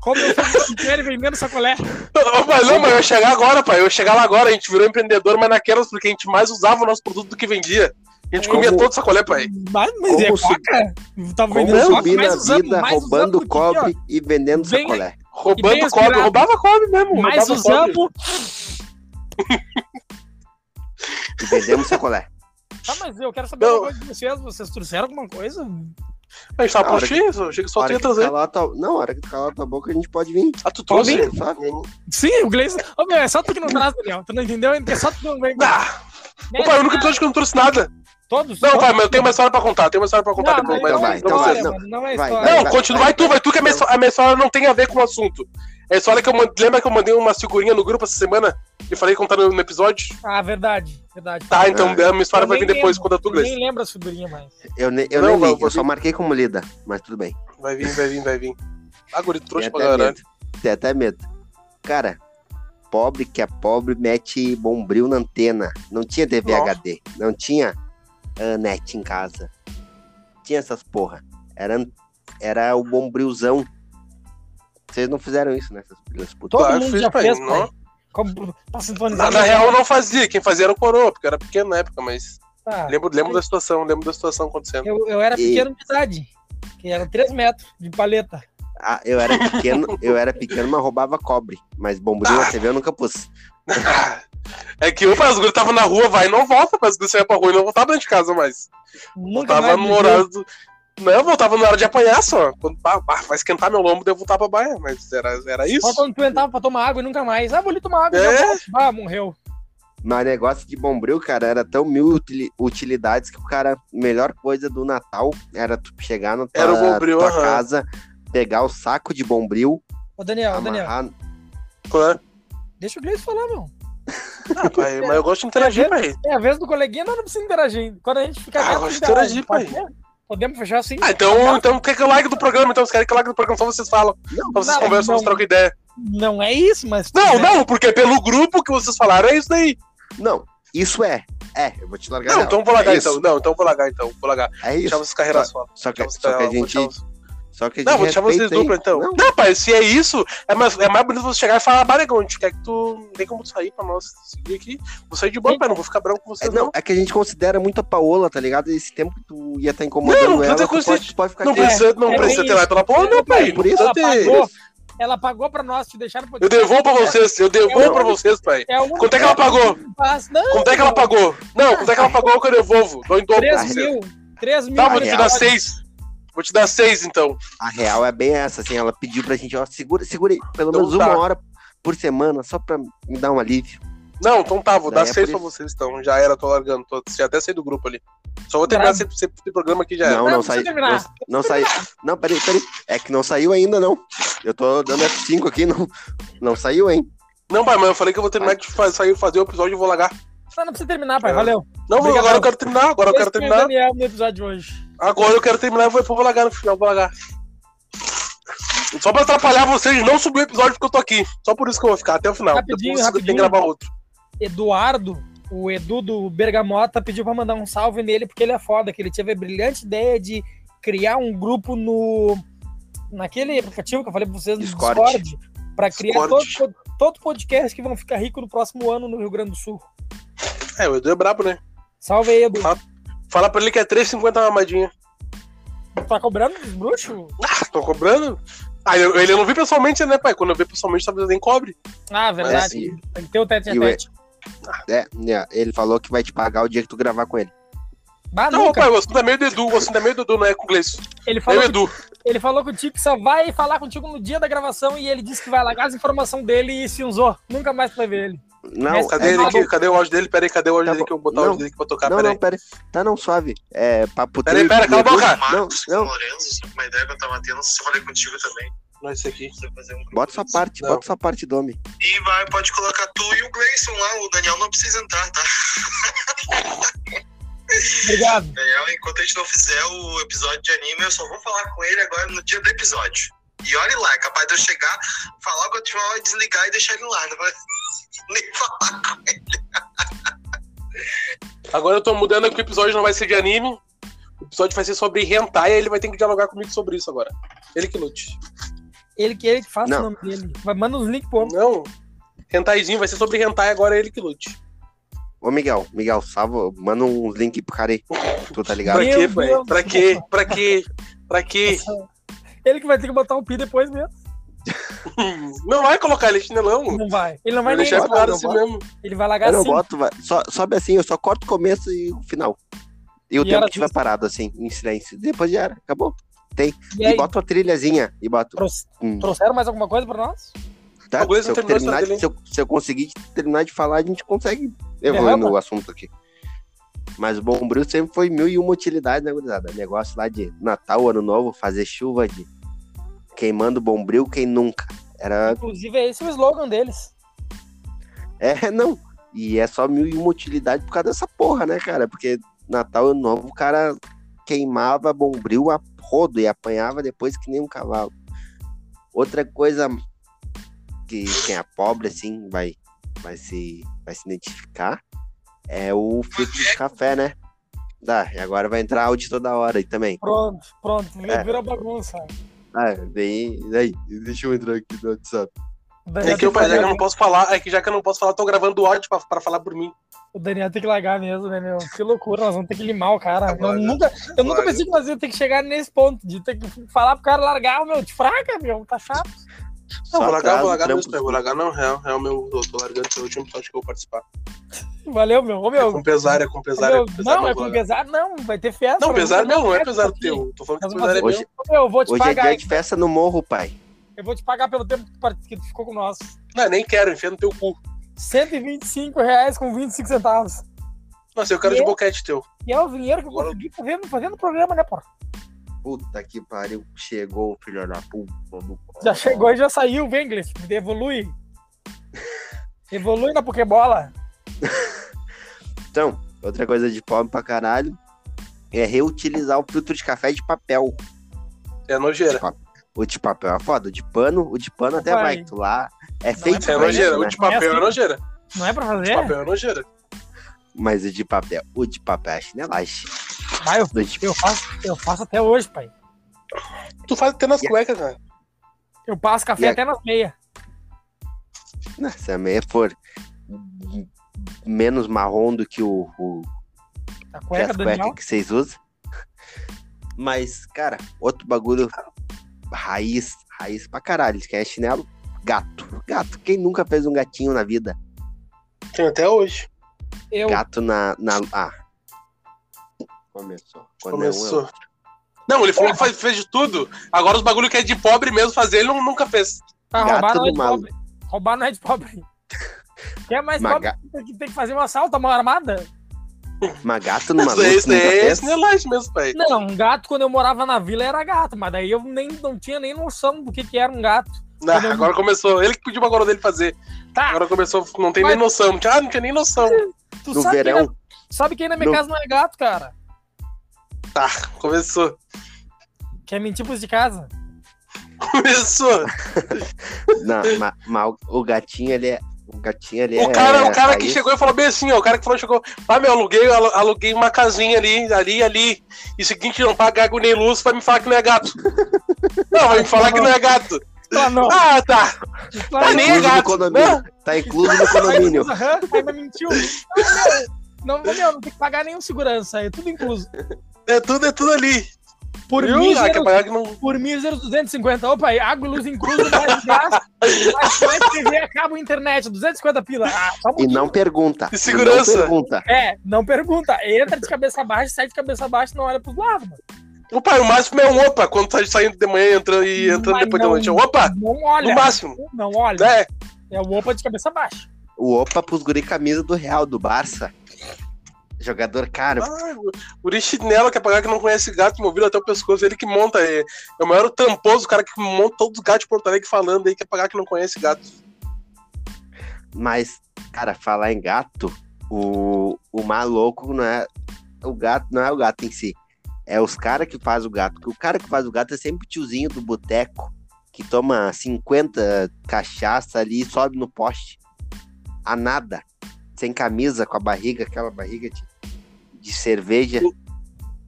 Como eu sou mulher vendendo sacolé. Não, não, mas não, mas eu ia chegar agora, pai. Eu ia chegar lá agora. A gente virou empreendedor, mas naquelas, porque a gente mais usava o nosso produto do que vendia. A gente comia Como- todo sacolé, pai. Mas, mas Como é su- coca? Tava Como vendendo não, coca, subir na mas usando, vida mais roubando usando do que, ó, cobre e vendendo Bem- sacolé. E bem Roubando cobre. aspirado. Roubava cobre mesmo. Mas roubava cobre. usamos. E vendendo sacolé. Tá, mas eu quero saber Não. uma coisa de vocês. Vocês trouxeram alguma coisa? A gente tava Na hora postinho, achei que só hora tinha que tu trazer. calar tua... Não, a hora que tu calar tua boca, a gente pode vir. Ah, tu Pode trouxe? vir. Só- Sim, o Gleison. Ô, meu, é só tu que não traz, Daniel. Tu não entendeu? É só tu que não vem. Ah, Né? o pai, o único episódio que eu não trouxe nada. Todos. Não, todos. pai, mas eu tenho uma história pra contar. Tenho uma história pra contar Não, depois. mas Mas então não é vai, então história, vai. mano, não é Vai, história. vai, Não, vai. continua, vai tu, vai tu, que a minha, a minha história não tem a ver com o assunto. É a história que eu mandei. Lembra que eu mandei uma figurinha no grupo essa semana? E falei que eu contava no episódio? Ah, verdade, verdade. Tá, então É. a minha história Eu vai nem vir depois, lembro, conta tu, eu Gleice. Nem lembro as figurinhas, mais. Eu, ne... eu Não, nem vai, li, eu vai só vir. marquei como lida, mas tudo bem. Vai vir, vai vir, vai vir. Ah, guri, Tem trouxa pra até, caralho. medo. Tem até medo. Cara, pobre que é pobre mete bombril na antena. Não tinha TV Nossa. HD, não tinha ah, net em casa. Tinha essas porra. Era, an- era o bombrilzão. Vocês não fizeram isso, né? Essas filhas putas. Todo Claro, mundo fiz, já pai, fez, não. pai. Como, tá pra sintonizar. Na, na real, eu não fazia. Quem fazia era o coroa, porque eu era pequeno na época, mas. tá. Lembro, lembro da situação, lembro da situação acontecendo. eu, eu era E- pequeno de idade. Que era 3 metros de paleta. Ah, eu era pequeno, eu era pequeno, mas roubava cobre. Mas bombril na TV eu nunca pus. É que opa, os guris tava na rua, vai, não volta, mas os guris saíam pra rua e não voltava dentro de casa mais. Nunca Voltava mais no me horário do. Não, voltava na hora de apanhar só. Quando pá, pá, vai esquentar meu lombo, daí eu voltava pra baia. Mas era, era viu. isso. Só quando tu entrava um pra tomar água e nunca mais. Ah, vou ali tomar água. É. já volto. Ah, morreu. Mas negócio de bombril, cara, era tão mil utili- utilidades que o cara, melhor coisa do Natal era tu chegar na tua, Era o bombril, tua aham. casa, pegar o saco de bombril, Ô, Daniel, Ah, Ah, Daniel, amarrar. Claro. deixa o Gleison falar, meu. Ah, pai, mas eu gosto de interagir, pai. É a vez do coleguinha, nós não precisa interagir. Quando a gente fica Ah, quieto, gosto de interage. interagir, pai. Pode ser? Podemos fechar assim? Ah, então, então quer que eu like do programa? Então, vocês querem que eu like do programa, só vocês falam. Não, Só vocês Não, conversam, não. vocês trocam ideia. Não é isso, mas. Né? Não, não, porque é pelo grupo que vocês falaram é isso daí. não, isso é. É, eu vou te largar. Não, ela. então eu vou largar É então. isso, Não, então eu vou largar então. Vou largar. É isso. Deixar vocês carreiras só. Só que, Deixar vocês só que a carreirar, vou gente. deixar vocês- Só que a gente Não, vou deixar vocês respeita, hein? dupla então. Não. Não, pai, se é isso, é mais, é mais bonito você chegar e falar, bah, negão, a gente quer que tu não tem como tu sair pra nós seguir aqui. Vou sair de boa, Sim. pai, não vou ficar bravo com é, vocês, não, não. é que a gente considera muito a Paola, tá ligado? Esse tempo que tu ia estar incomodando Não, tanta ela, tu coisa pode, de- tu pode ficar Não é, quieto. precisa, não é precisa bem ter lá pela porra, não, pai. Por isso ela Não precisa ter. pagou, ela pagou pra nós te deixar no Eu devolvo pra vocês, eu devolvo pra vocês, pai. É a única Quanto é que ela pagou? Faz- Não, Quanto é que ela pagou? Ah, Não, quanto é que ela pagou que eu devolvo? Dou em dobro pra 3 vocês. mil. 3 mil. Tá, vou te real. dar seis. Vou te dar seis, então. A real é bem essa, assim, ela pediu pra gente, ó, segura, segura aí, pelo Então menos tá. uma hora por semana, só pra me dar um alívio. Não, então tá, vou Daí dar é seis por pra vocês, então. Já era, tô largando. Tô, já até saí do grupo ali. Só vou terminar esse, esse programa aqui já era. Não, Não, não, deixa eu saiu. Não, terminar. não saiu. Não, peraí, peraí. É que não saiu ainda, não. Eu tô dando F5 aqui, não, não saiu, hein? Não, pai, mas eu falei que eu vou terminar de fa- sair, fazer o episódio e vou largar. Não, não precisa terminar, pai. Valeu. Não, Obrigado. agora eu quero terminar, agora É. eu quero Esse é foi o terminar. Daniel no episódio de hoje. Agora eu quero terminar e vou, vou largar no final, vou largar. Só pra atrapalhar vocês, não subir o episódio porque eu tô aqui. Só por isso que eu vou ficar até o final. Rapidinho, Depois rapidinho. tem que gravar outro. Eduardo, o Edu do Bergamota, pediu pra mandar um salve nele, porque ele é foda, que ele teve a brilhante ideia de criar um grupo no. naquele aplicativo que eu falei pra vocês, no Discord. Discord, pra criar Discord. todo, todo podcast que vão ficar rico no próximo ano no Rio Grande do Sul. É, o Edu é brabo, né? Salve aí, Edu. Fala pra ele que é 3,50 uma armadinha. Tá cobrando dos bruxos? Ah, tô cobrando? Ah, eu, ele eu não vi pessoalmente, né, pai? Quando eu vi pessoalmente, talvez eu nem cobre. Ah, Mas, verdade. Tem que ter o tete a e o tete. é, né, ele falou que vai te pagar o dia que tu gravar com ele. Bah, Não, Ah, nunca. pai, o assunto é meio do Edu, o assunto é meio do Edu, não é com o Gleice. Ele É o falou, que, Edu. ele falou contigo que só vai falar contigo no dia da gravação e ele disse que vai largar as informações dele e se usou. Nunca mais tu vai ver ele. Não, Mas Cadê é, ele aqui? Cadê o áudio dele? Pera aí, cadê o áudio Tá dele bom. que eu vou botar o Não. áudio dele aqui pra tocar? não, Pera aí. não, pera. Tá, não, suave. É, papo Pera treino, aí, pera, cala a Edu. boca. Não, Marcos, não, Lourenço, uma ideia que eu tava tendo, se eu falei contigo também. Não é isso aqui. Bota sua parte, Não. bota sua parte do homem. um E vai, pode colocar tu e o Gleison lá. O Daniel não precisa entrar, tá? Obrigado. Daniel, enquanto a gente não fizer o episódio de anime, eu só vou falar com ele agora no dia do episódio. E olhe lá, é capaz de eu chegar, falar que eu tive uma desligar e deixar ele lá. Não vai nem falar com ele. Agora eu tô mudando que o episódio não vai ser de anime. O episódio vai ser sobre hentai, aí ele vai ter que dialogar comigo sobre isso agora. Ele que lute. Ele que ele que faça o Não. nome dele. Vai, manda uns links pro homem. Não. Hentaizinho vai ser sobre hentai, agora é ele que lute. Ô, Miguel, Miguel, salva, manda uns link pro cara aí. Tu tá ligado? Pra Meu quê, Deus velho? Pra do quê? Pra quê? Pra quê? Ele que vai ter que botar o pi depois mesmo. Não vai colocar ele chinelão. Não vai. Ele não vai Vai nem. deixar bota, claro não assim bota. mesmo. Ele vai largar Eu não assim. boto, vai. Só, sobe assim, eu só corto o começo e o final. E o E tempo era que tiver parado, assim, em silêncio. Depois já era, acabou. E E, aí, bota uma trilhazinha. E bota. trouxe- Hum. trouxeram mais alguma coisa pra nós? Tá? O Gleison Se, eu terminou a história terminar, de- dele, se, eu, se eu conseguir terminar de falar, a gente consegue evoluindo Derrama. o assunto aqui. Mas o Bombril sempre foi mil e uma utilidade, né, gurizada? Negócio lá de Natal, Ano Novo, fazer chuva de queimando Bombril, quem nunca. Era. Inclusive, é esse o slogan deles. É, não. E é só mil e uma utilidade por causa dessa porra, né, cara? Porque Natal, Ano Novo, o cara queimava Bombril a rodo e apanhava depois que nem um cavalo. Outra coisa que quem é pobre, assim, vai, vai, se, vai se identificar é o filtro de café, né? Dá, e agora vai entrar áudio toda hora aí também. Pronto, pronto. É. Vira bagunça. Ah, vem, daí, deixa eu entrar aqui no WhatsApp. É que eu, já que eu não posso falar, é que já que eu não posso falar, eu tô gravando o áudio pra, pra falar por mim. O Daniel tem que largar mesmo, né, meu? Que loucura, nós vamos ter que limar o cara. Eu Agora, nunca, eu nunca agora. pensei que nós ia ter que chegar nesse ponto, de ter que falar pro cara largar, meu, de fraca, meu, tá chato. Não, vou largar, atrasa vou o largar, trampo. não, vou largar, não, é, é o meu, eu tô largando, é o último episódio que eu vou participar. Valeu, meu. Ô, É meu, com pesar, é com pesar, é meu, com pesar. não, é mas com vou pesar, não, vai ter festa. Não, nós pesar vamos não, não é fazer pesar festa aqui. teu. Tô falando que Nós o vamos pesar é fazer- meu. Ô, meu, eu vou te Hoje é pagar, dia hein? de festa no morro, pai. eu vou te pagar pelo tempo que tu part- que tu ficou com nós. Não, é, nem quero, enfia no teu cu. 125 reais com 25 centavos. Nossa, eu quero de Eu? boquete teu. E é o dinheiro que eu Agora- consegui fazendo, fazendo programa, né, porra? Puta que pariu, chegou o filho da puta. do- Já chegou e já saiu, vem, Gleice. Evolui. Evolui na Pokébola. Então, outra coisa de pobre pra caralho é reutilizar o filtro de café de papel. É nojeira. O de papel é foda, o de pano, o de pano até Vai. vai. que Tu lá é é feito É pra nojeira, isso, o né? de papel é nojeira. Não é pra O de fazer? papel é nojeira. Mas o de papel, o de papel é chinelagem. Vai, eu, O de- eu faço, eu faço até hoje, pai. Tu faz até nas Yeah. cuecas, cara. Eu passo café E a- até nas meias. Se a meia é for menos marrom do que o, o A que cueca as do cuecas Daniel. que vocês usam. Mas, cara, outro bagulho raiz, raiz pra caralho. Quem é chinelo? Gato. Gato. Quem nunca fez um gatinho na vida? Tem até hoje. Eu, Gato na. na ah. Começou. Quando É um, Começou. Não, ele falou que faz- fez de tudo. Agora os bagulho que é de pobre mesmo fazer, ele não- nunca fez. tá, roubar gato não é do de mal. pobre. Roubar não é de pobre. Quem é mais Mas pobre tem que- tem que fazer um assalto, a mão armada? eu- uma gato numa Mas luta. é isso, nunca é fez. esse Nelage mesmo, pai. Não, um gato quando eu morava na vila era gato, mas daí eu nem, não tinha nem noção do que, que era um gato. Não, agora começou. Ele que pediu agora dele fazer. Tá, Agora começou, não tem Mas- nem noção. Ah, não tinha nem noção. tu No sabe, Quem verão. na, sabe quem na minha No- casa não é gato, cara? Começou. Que é mentir pros de casa. Começou. Não, ma- ma- o gatinho ele é. O gatinho ele é. o cara, o cara que raiz. chegou e falou bem assim, ó. O cara que falou, chegou. Ah, meu, aluguei, alu- aluguei uma casinha ali, ali, ali. E seguinte, não paga água um nem luz, vai me falar que não é gato. Não, vai me falar que não é gato. Ah, não. Ah, tá. Claro, nem Incluso é no gato, né? condomínio. Tá incluso no condomínio. Aham, ainda mentiu. Não, meu, não tem que pagar nenhum segurança, é tudo incluso. É tudo, é tudo ali. Por Viu? mim, Ah, zero- quer pagar que não. por 1.250. Opa, aí, água e luz incluso, mais gasto, mais- mais TV, acaba a internet, 250 pila. Ah, só um E pouquinho. não pergunta. E segurança. Não pergunta. É, não pergunta. Entra de cabeça baixa, sai de cabeça baixa, não olha pros lados. mano. O pai, o máximo é um opa, quando tá saindo de manhã e entrando, e entrando Mas depois da não- noite. Opa! Não No olha. máximo. Não olha. É, É o opa de cabeça baixa. O opa pros guri camisa do Real, do Barça. Jogador caro. Ah, o- o Richinella, que é pra cara que não conhece gato movido até o pescoço, ele que monta. É, é o maior tamposo, o cara que monta todos os gatos de Porto Alegre falando aí que é pra cara que não conhece gato. Mas, cara, falar em gato, o, o maluco não é o gato, não é o gato em si. É os caras que faz o gato. Porque o cara que faz o gato é sempre o tiozinho do boteco que toma 50 cachaça ali e sobe no poste. A nada. Sem camisa, com a barriga, aquela barriga de, de cerveja.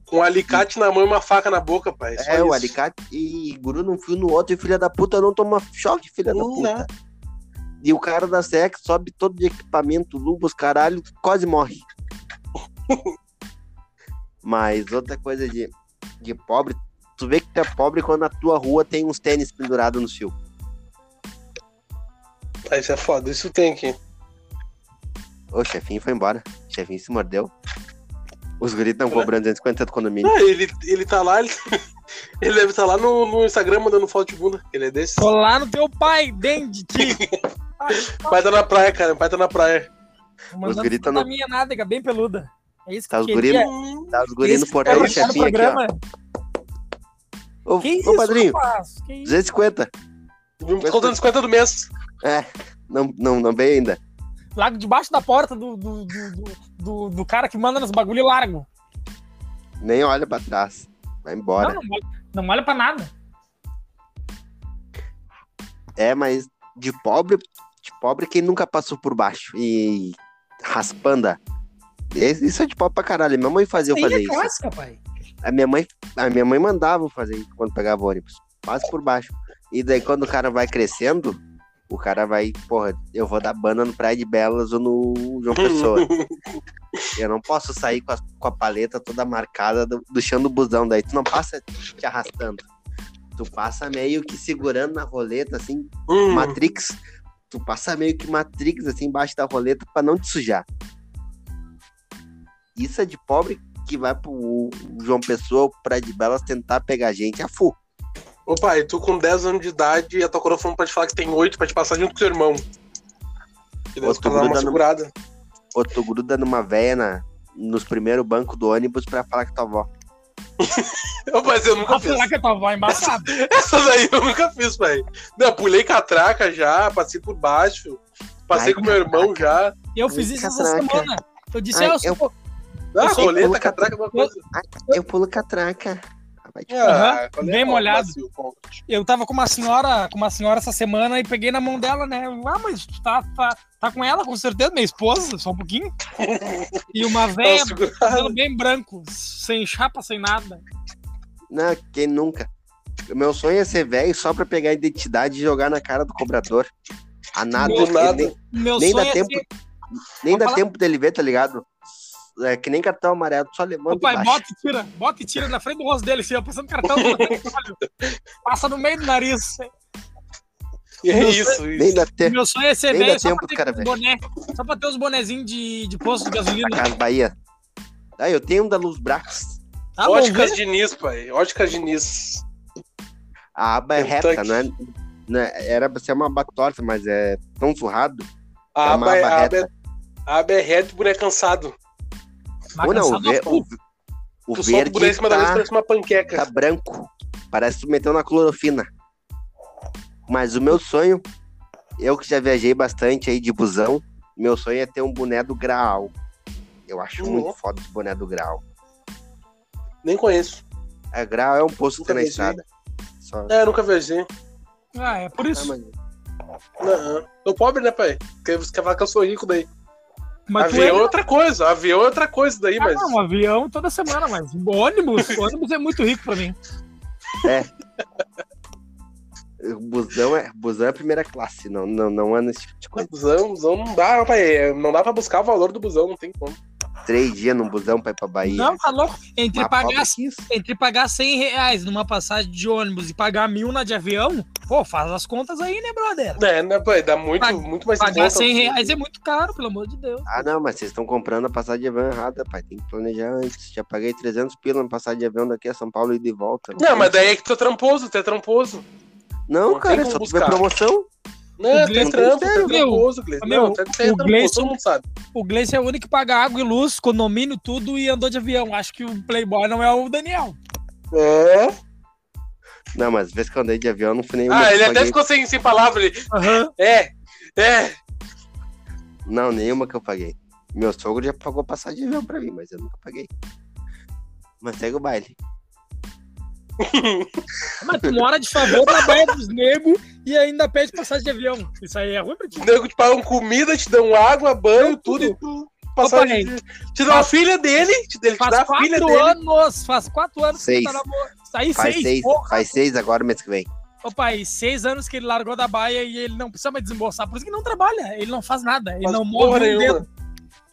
Com um alicate na mão e uma faca na boca, pai. só É, o isso. alicate e gruda um fio no outro e filha da puta não toma choque, filha da Não, puta. E o cara da SEC sobe todo de equipamento, luvas, caralho, quase morre. Mas outra coisa de, de pobre, tu vê que tu é pobre quando na tua rua tem uns tênis pendurados no fio. Ah, isso é foda, isso tem aqui. Ô, o chefinho foi embora. O chefinho se mordeu. Os guris estão Olha. cobrando 250 do condomínio. Ah, ele, ele tá lá, ele, ele deve estar lá no, no Instagram mandando foto de bunda. Ele é desse. Tô lá no teu pai, dentro de ti. O pai tá na praia, cara. O pai tá na praia. Mandando guri tá foto da no- minha nádega, bem peluda. É isso que Tá eu os queria. guri Hum, Tá os guris Esse no que portão tá do no chefinho aqui, ó. programa. Ô, Que isso, ô padrinho, rapaz? Que isso? 250. Contando os 50 do mês. Não, não, não veio ainda. Lá debaixo da porta do, do, do, do- do- do cara que manda nos bagulho e largo. Nem olha pra trás. Vai embora. Não, não, olha- não olha pra nada. É, mas de pobre, de pobre quem nunca passou por baixo e raspanda. Esse- Isso é de pobre pra caralho. Minha mãe fazia eu Isso fazer aí é isso. clássica, pai. A minha mãe, a minha mãe mandava eu fazer isso quando pegava ônibus. Passa por baixo. E daí quando o cara vai crescendo, o cara vai, porra, eu vou dar banda no Praia de Belas ou no João Pessoa. eu não posso sair com a, com a paleta toda marcada do, do chão do busão. Daí tu não passa te arrastando. Tu passa meio que segurando na roleta, assim, Hum, Matrix, tu passa meio que Matrix assim embaixo da roleta pra não te sujar. Isso é de pobre que vai pro João Pessoa, pra de Belas tentar pegar gente a full. Ô pai, tu com 10 anos de idade e a tua coroa falando pra te falar que tem 8 pra te passar junto com teu irmão. E daí Ô, os tu caras dão uma gruda no- segurada. Ou tu gruda numa véia na, nos primeiros bancos do ônibus pra falar que tua avó. Ô, Mas eu nunca Ah, fiz. será que eu tava embaçado? Essa daí eu nunca fiz, pai. Não, pulei catraca já, passei por baixo. Passei Ai, com meu irmão já. Eu fiz isso essa Caraca. semana. Eu disse, Ai, eu, eu- sou- Ah, sei que roleta, pulo catraca, alguma coisa. assim. Eu pulo catraca. Ah, vai te- Aham, qual é bem a- molhado. Brasil, Conte? eu tava com uma senhora, com uma senhora essa semana e peguei na mão dela, né? Eu, Ah, mas tu tá, tá, tá com ela, com certeza, minha esposa, só um pouquinho. E uma velha, Então, segura- cabelo bem branco, sem chapa, sem nada. Não, quem nunca? Meu sonho é ser velho só pra pegar a identidade e jogar na cara do cobrador. A nada. Do ele nada. nem- Meu Nem dá sonho é tempo. ser- Nem Vou dá falar- tempo dele ver, tá ligado? É que nem cartão amarelo, só levanta Ô, pai, e baixa. bota e tira, bota e tira na frente do rosto dele, assim, ó, passando cartão, na frente do olho. passa no meio do nariz. E é isso, Nem isso. dá tempo. Meu sonho é ser Nem dá velho só, tempo pra do ter cara os ver. boné, só pra ter os bonezinhos de, de posto de gasolina. Da Casa Bahia. Ah, eu tenho um da Luz Brax. Tá bom, Óticas né? Diniz, pai. Óticas Diniz. A aba é Tem um reta, tanque. não é? não é- Era pra ser uma aba torta, mas é tão surrado. A É uma aba é, a aba aba é, a aba é reta e o boneco é cansado. Mas Ou não, o, cansado ver, a o, porra. o Tu solta o verde boneco em cima da mesa tá, parece uma panqueca. tá branco. Parece que tu meteu na clorofina. Mas o meu sonho, eu que já viajei bastante aí de busão, meu sonho é ter um boné do Graal. Eu acho Hum. muito foda esse boné do Graal. Nem conheço. A grau é um posto que Nunca né? tem na vi, estrada. Só... É, nunca viajei. Ah, é por Ah, isso. mas Não, Tô pobre, né, pai? Porque Você quer falar que eu sou rico daí. Mas tu é- avião é outra coisa. Avião é outra coisa daí, Ah, mas. não, avião toda semana, mas ônibus, ônibus é muito rico pra mim. o busão é, busão é primeira classe, não, não, não é nesse tipo de coisa. Busão, busão não dá, pai. Não dá pra buscar o valor do busão, não tem como. Três dias num busão pra ir pra Bahia. Não, tá louco? Entre Mas pagar, assim. pobre que isso. entre pagar 100 reais numa passagem de ônibus e pagar mil na de avião, pô, faz as contas aí, né, brother? É, né, pai? Dá muito, Pag- muito mais em Pagar conta. assim. 100 reais é muito caro, pelo amor de Deus. Ah, não, mas vocês estão comprando a passagem de avião errada, pai. Tem que planejar antes. Já paguei 300 pila na passagem de avião daqui a São Paulo e de volta. assim- Não, mas daí é que tu é tramposo, tu é tramposo. Não, não cara, é tem só como tu ver buscar. promoção. Não, tu é Gleice- trampo, tu é Meu, tramposo, Gleice. meu, Não, tu é- tu é o tramposo, Gleice- todo mundo sabe. O Gleice é o único que paga água e luz, condomínio, tudo e andou de avião. Acho que o Playboy não é o Daniel. É. Não, mas vez que eu andei de avião, não fui nem Ah, ele até paguei. ficou sem, sem palavra. Ele, Aham. é, é. Não, nenhuma que eu paguei. Meu sogro já pagou passagem de avião pra mim, mas eu nunca paguei. Mas segue o baile. Mas tu mora de favor, trabalha dos negros e ainda pede passagem de avião. Isso aí é ruim pra ti. Os negros te pagam comida, te dão água, banho, tudo. e tu passa Opa, de... Te dá a filha dele, te, ele te dá Faz a filha quatro dele. anos, faz quatro anos Seis. que tu tá namorando. Aí Faz seis, seis, porra. faz seis agora mês que vem. Ô pai, seis anos que ele largou da baia e ele não precisa mais desembolsar. Por isso que ele não trabalha, ele não faz nada, ele Faz não porra move um nenhuma. dedo.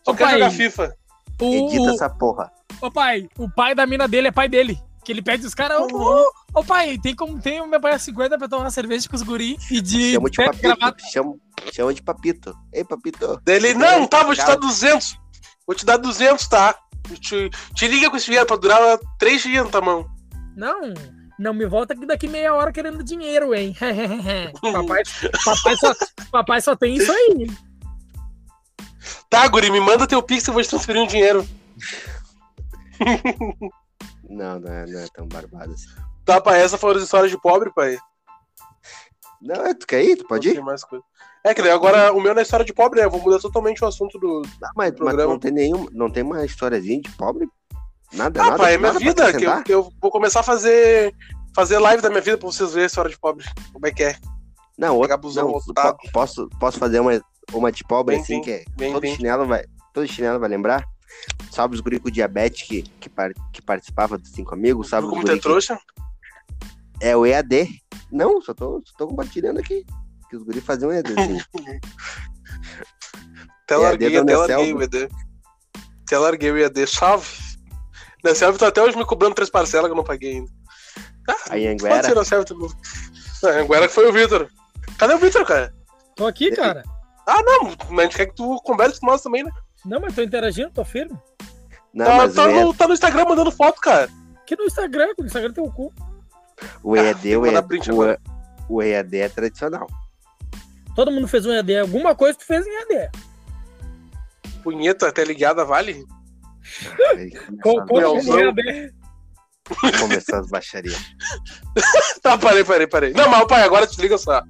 Só Ô, quer pai, jogar FIFA. O, Edita o, essa porra. ô, pai, o pai da mina dele é pai dele. Que ele pede os caras, ô, Uhum. ô, ô, pai, tem como tem o meu pai a 50 pra tomar cerveja com os guri e de Chama de pé de gravata. papito. Chama, chama de papito. Ei, papito. Daí ele, não, tá, vou te dar 200. Vou te dar 200, tá? Te, te liga com esse dinheiro pra durar três dias na tua mão. Não, não me volta aqui daqui meia hora querendo dinheiro, hein? papai, papai, só, papai só tem isso aí. Tá, guri, me manda teu pix, eu vou te transferir um dinheiro. Não, não é, não é tão barbado assim. Tá, pai, essas foram as histórias de pobre, pai. Não, é, tu quer ir? Tu pode Não ir? tem mais coisa. É, que daí agora o meu não é história de pobre, né? Eu vou mudar totalmente o assunto Não, do. Tá, mas, mas Programa. não tem nenhum. Não tem uma historiazinha de pobre? Nada, Ah, nada. pai, é minha nada pra vida, que eu, acrescentar? que eu vou começar a fazer. Fazer live da minha vida pra vocês verem a história de pobre. Como é que é? Não, outro, Vagabundão, não otário. po- posso, posso fazer uma, uma de pobre Vem, assim, vem, que é, vem, todo, vem. Chinelo vai, todo chinelo vai lembrar? Salve os guri com diabetes que, que, par- que participava dos cinco amigos, Sabe salve os como tu guri é que- trouxa? É o EAD. Não, só tô, só tô compartilhando aqui. Que os guri faziam um EADzinho. Até É, larguei, dedo até na larguei selva. o ED. Até larguei o ED. Salve. Na selva tá até hoje me cobrando três parcelas que eu não paguei ainda. Aí em Pode ser Anguera, na selva também. Não, Anguera que foi o Vitor. Cadê o Vitor, cara? Tô aqui, cara. Ah, não, mas a gente quer que tu converse com nós também, né? Não, mas tô interagindo, tô firme. não, tá, mas é- tá o EAD, no, tá no Instagram mandando foto, cara. Que no Instagram, que no Instagram tem o cu. o EAD, que o mandar EAD, print o agora. o EAD é tradicional. Todo mundo fez um EAD. Alguma coisa tu fez em EAD. Punheta até ligada, vale? Aí Com, começou, com Leozão. EAD. as- começou as baixarias. Tá, parei, parei, parei. Não, mas pai, agora desliga só.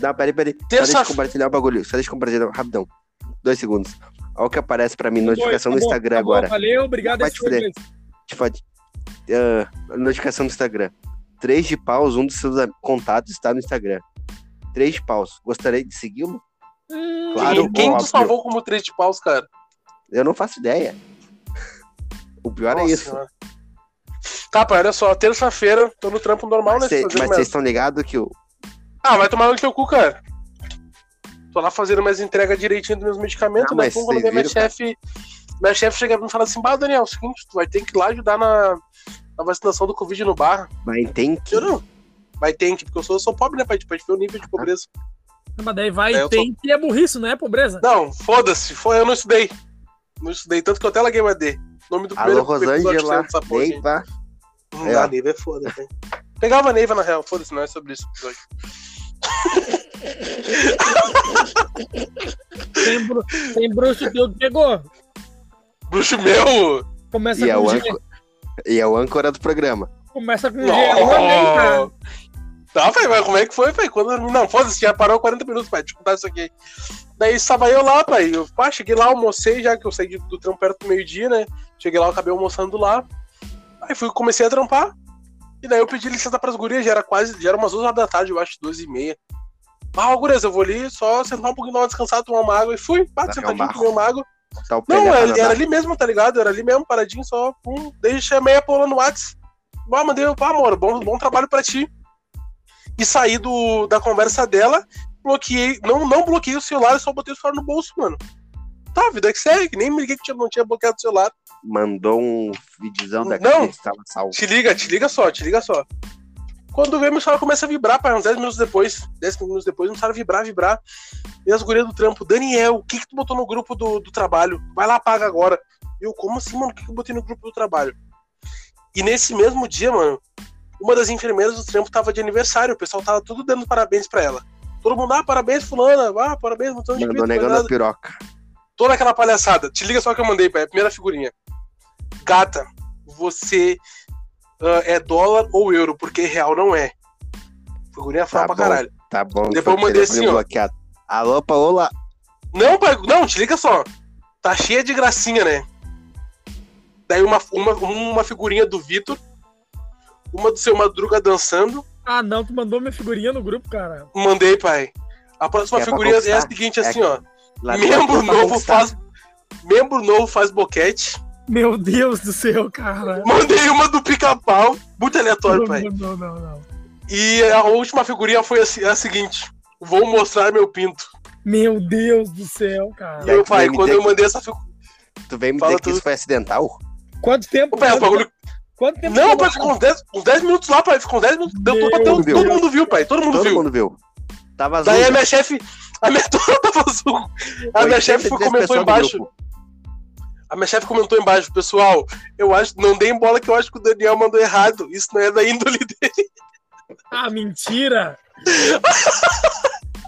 Não, peraí, peraí. Só deixa Terça- eu compartilhar o bagulho. Só deixa eu compartilhar rapidão. Dois segundos. Olha o que aparece pra mim, notificação Tá no bom, Instagram tá bom, agora. Valeu, obrigado. Vai esse te foi o fuder. Gleice. Tipo, ah, notificação do Instagram. Três de paus, um dos seus a- contatos está no Instagram. Três de paus. Gostaria de segui-lo? Hum, Claro, quem quem tu óbvio. salvou como três de paus, cara? Eu não faço ideia. O pior é Nossa isso. Senhora. Tá, pai, olha só. Terça-feira, tô no trampo normal, né? Cê- fazendo mas merda. vocês estão ligados que o. Ah, vai tomar no teu cu, cara. Tô lá fazendo minhas entregas direitinho dos meus medicamentos, Ah, mas mas pô, quando vocês vem minha viram, cara? chefe. Minha chefe chega pra mim e fala assim: Bah, Daniel, é o seguinte, tu vai ter que ir lá ajudar na, na vacinação do Covid no bar. Mas tem que. Eu não. Vai ter que, porque eu sou, eu sou pobre, né, pai? Tipo, a gente vê o nível de pobreza. Mas daí vai, É, eu tem que é burrice, não é pobreza? Não, foda-se, foi, eu não estudei. Não estudei, tanto que eu até laguei o AD. Nome do Alô, primeiro episódio Rosângela. dessa porra, gente. Neiva. Hum, É, a ó. Neiva é foda, velho. Pegava a Neiva na real, foda-se, não é sobre isso. o episódio. Tem, bru- tem bruxo teu que pegou. Bruxo meu! Começa E é, com o G. âncora, e é o âncora do programa. Começa com G. né, Não. Tá, velho, mas como é que foi, velho? Quando eu... Não, foda-se, já parou 40 minutos, pai, deixa eu contar isso aqui. Daí estava eu lá, pai. Eu pá, cheguei lá, almocei já, que eu saí de- do trampo perto do meio-dia, né? Cheguei lá, eu acabei almoçando lá. Aí fui, comecei a trampar. E daí eu pedi licença pras gurias, já era quase, já era umas 11 horas da tarde, eu acho, 12 e meia. Ah, gurias, eu vou ali só sentar um pouquinho, dar uma descansada, tomar uma água. E fui, pá, Largar um sentadinho, barro. comer uma água. Tá o pé Não, da era, Canadá. era ali mesmo, tá ligado? Era ali mesmo, paradinho, só, pum, deixa meia pola no Whats. Bah, mandei, pá, amor, bom, bom trabalho pra ti. E saí do, da conversa dela, bloqueei, não, não bloqueei o celular, eu só botei o celular no bolso, mano. Tá, vida que segue, nem me liguei que tinha- não tinha bloqueado o celular. Mandou um videozão da Não. que estava salvo. Te liga, te liga só, te liga só. Quando vê, meu celular começa a vibrar, pai, uns 10 minutos depois, 10 minutos depois, começaram a vibrar, vibrar. E as gurias do trampo, Daniel, o que que tu botou no grupo do, do trabalho? Vai lá, paga agora. Eu, como assim, mano? O que que eu botei no grupo do trabalho? E nesse mesmo dia, mano, uma das enfermeiras do trampo tava de aniversário, o pessoal tava tudo dando parabéns pra ela. Todo mundo, ah, parabéns, fulana. Ah, parabéns, montão de Mandou grito. negão na coitado. piroca. Toda aquela palhaçada. Te liga só que eu mandei, pai. Primeira figurinha. Gata, você ah, é dólar ou euro? Porque real não é. Figurinha fala Tá pra bom. caralho. Tá bom. Depois foi eu mandei telefone assim, ó. bloqueado. Alô, Paola. Não, pai, não, te liga só. Tá cheia de gracinha, né? Daí uma, uma, uma figurinha do Vitor, uma do seu Madruga dançando. Ah, não, tu mandou minha figurinha no grupo, cara. Mandei, pai. A próxima É pra figurinha é a conquistar. seguinte, É assim, ó. Lá Membro dentro pra novo conquistar. faz. Membro novo faz boquete. Meu Deus do céu, cara. Mandei uma do pica-pau. Muito aleatório, pai. não, não, não, não. E a última figurinha foi a, se- a seguinte. Vou mostrar meu pinto. Meu Deus do céu, E cara. aí, Meu tu pai, vai me quando ter eu que- mandei essa figurinha. Tu vem me Fala dizer que tudo. isso foi acidental? Quanto tempo? Pai, o bagulho Quanto tempo? Não, tu pai, mandou? ficou uns 10, uns 10 minutos lá, pai. Ficou uns 10 minutos. Deu, Meu todo, todo- Deus. todo mundo viu, pai. Todo mundo Todo viu. mundo viu. Tava azul. Daí a minha chefe. A minha tava azul. A minha chefe 83 foi- comentou pessoas no embaixo. grupo. A minha chefe comentou embaixo, pessoal. Eu acho. Não deem bola que eu acho que o Daniel mandou errado. Isso não é da índole dele. Ah, mentira.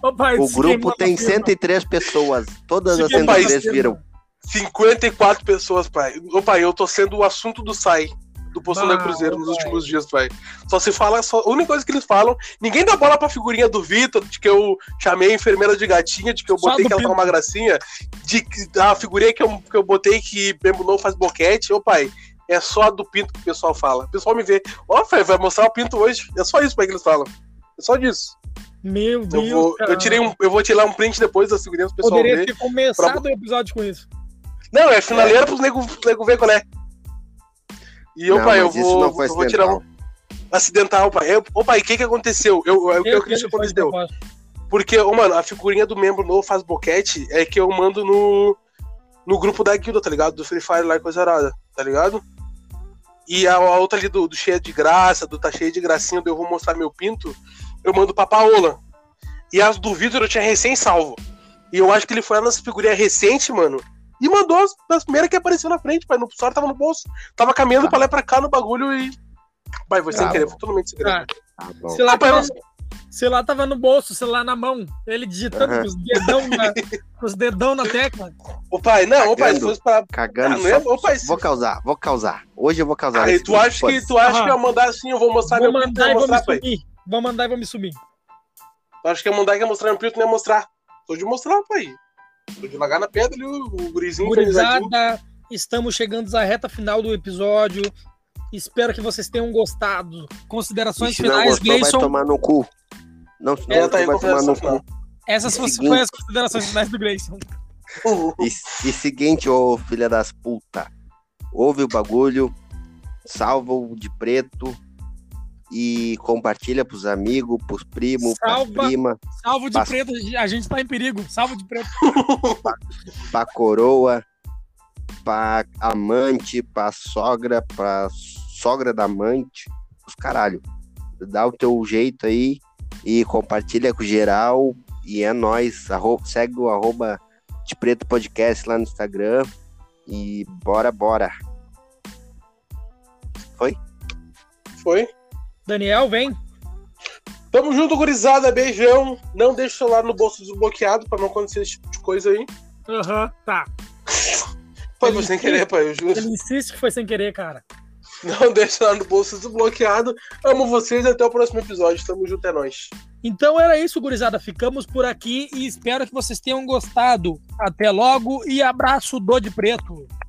Ô, pai, O se grupo queimou tem na firma. 103 pessoas. Todas Se as queimou na 103 firma. viram. 54 pessoas, pai. Ô, pai, eu tô sendo o assunto do SAI. Do Poço Bah, do Cruzeiro nos pai. últimos dias, pai. Só se fala, só, a única coisa que eles falam, ninguém dá bola pra figurinha do Vitor, de que eu chamei a enfermeira de gatinha, de que eu Só botei do que ela tá Vitor. uma gracinha, de que a figurinha que eu, que eu botei que Bembo não faz boquete, ô pai, é só a do pinto que o pessoal fala. O pessoal me vê, ó, Fê, vai mostrar o pinto hoje. É só isso, pai, que eles falam. É só disso. Meu Eu, Deus. vou, eu, cara. tirei um, eu vou tirar um print depois da figurinha pro pessoal Poderia ver. ter começado o episódio com isso. Não, é finaleira pros nego, nego ver qual é. E eu, Não, pai, eu mas isso vou, não foi eu vou tirar um acidental, pai. Eu, ô, pai, o que que aconteceu? Eu, eu, eu, eu Eu que isso queria fazer aconteceu. propósito. Porque, ô, mano, a figurinha do membro novo faz boquete é que eu mando no, no grupo da guilda, tá ligado? Do Free Fire lá e coisa arada, tá ligado? E a, a outra ali do, do cheia de graça, do tá cheia de gracinha, do eu vou mostrar meu pinto, eu mando pra Paola. E as do Vitor eu tinha recém salvo. E eu acho que ele foi lá nessa figurinha recente, mano. E mandou as, as primeiras que apareceu na frente, pai. No sorte tava no bolso. Tava caminhando pra lá e pra cá no bagulho e. Pai, foi sem Tá querer, bom. foi totalmente sem querer. Ah, Tá bom. sei, lá, Opa, eu não- sei lá, tava no bolso, sei lá na mão. Ele digitando Aham. com, os dedão na, com os dedão na tecla. Ô, pai, não, ô, pai, se Cagando. fosse pra. Ah, Cagando. não é, só- ô, pai, se Vou causar, vou causar. Hoje eu vou causar. Aí nesse tu grupo, acha que foda-se. tu acha Aham. que eu ia mandar assim, eu vou mostrar Vou meu pinto, eu mandar e vou vou me mostrar, pai. sumir. Vou mandar e vou me sumir. Tu acha que eu ia mandar que eu ia mostrar meu pinto, não ia mostrar. Tô de mostrar, pai. Tô de lagar na pedra ali, o, o gurizinho infernizadinho. Gurizada, estamos chegando à reta final do episódio. Espero que vocês tenham gostado. E Considerações se não finais, gostou, vai Gleison. tomar no cu. Não, se não Ela tá aí gostou, vai tomar conversa no final. cu. Essas E foram seguinte- as considerações finais do Gleison. E, e seguinte, ô filha das puta. Ouve o bagulho, salva o de preto e compartilha pros amigos, pros primos, pras Salva. primas, Salvo de Passa. preto, a gente tá em perigo. Salvo de preto. pra coroa, pra amante, pra sogra, pra sogra da amante. Os caralho. Dá o teu jeito aí e compartilha com geral. E é nóis. Arro- segue o arroba de preto podcast lá no Instagram. E bora, bora. Foi? Daniel, vem. Tamo junto, gurizada. Beijão. Não deixa o celular no bolso desbloqueado pra não acontecer esse tipo de coisa aí. Aham, tá. Pai, foi sem querer, pai, eu juro. Ele insiste que foi sem querer, cara. Não deixa o celular no bolso desbloqueado. Amo vocês até o próximo episódio. Tamo junto, é nóis. Então era isso, gurizada. Ficamos por aqui e espero que vocês tenham gostado. Até logo e abraço do de preto.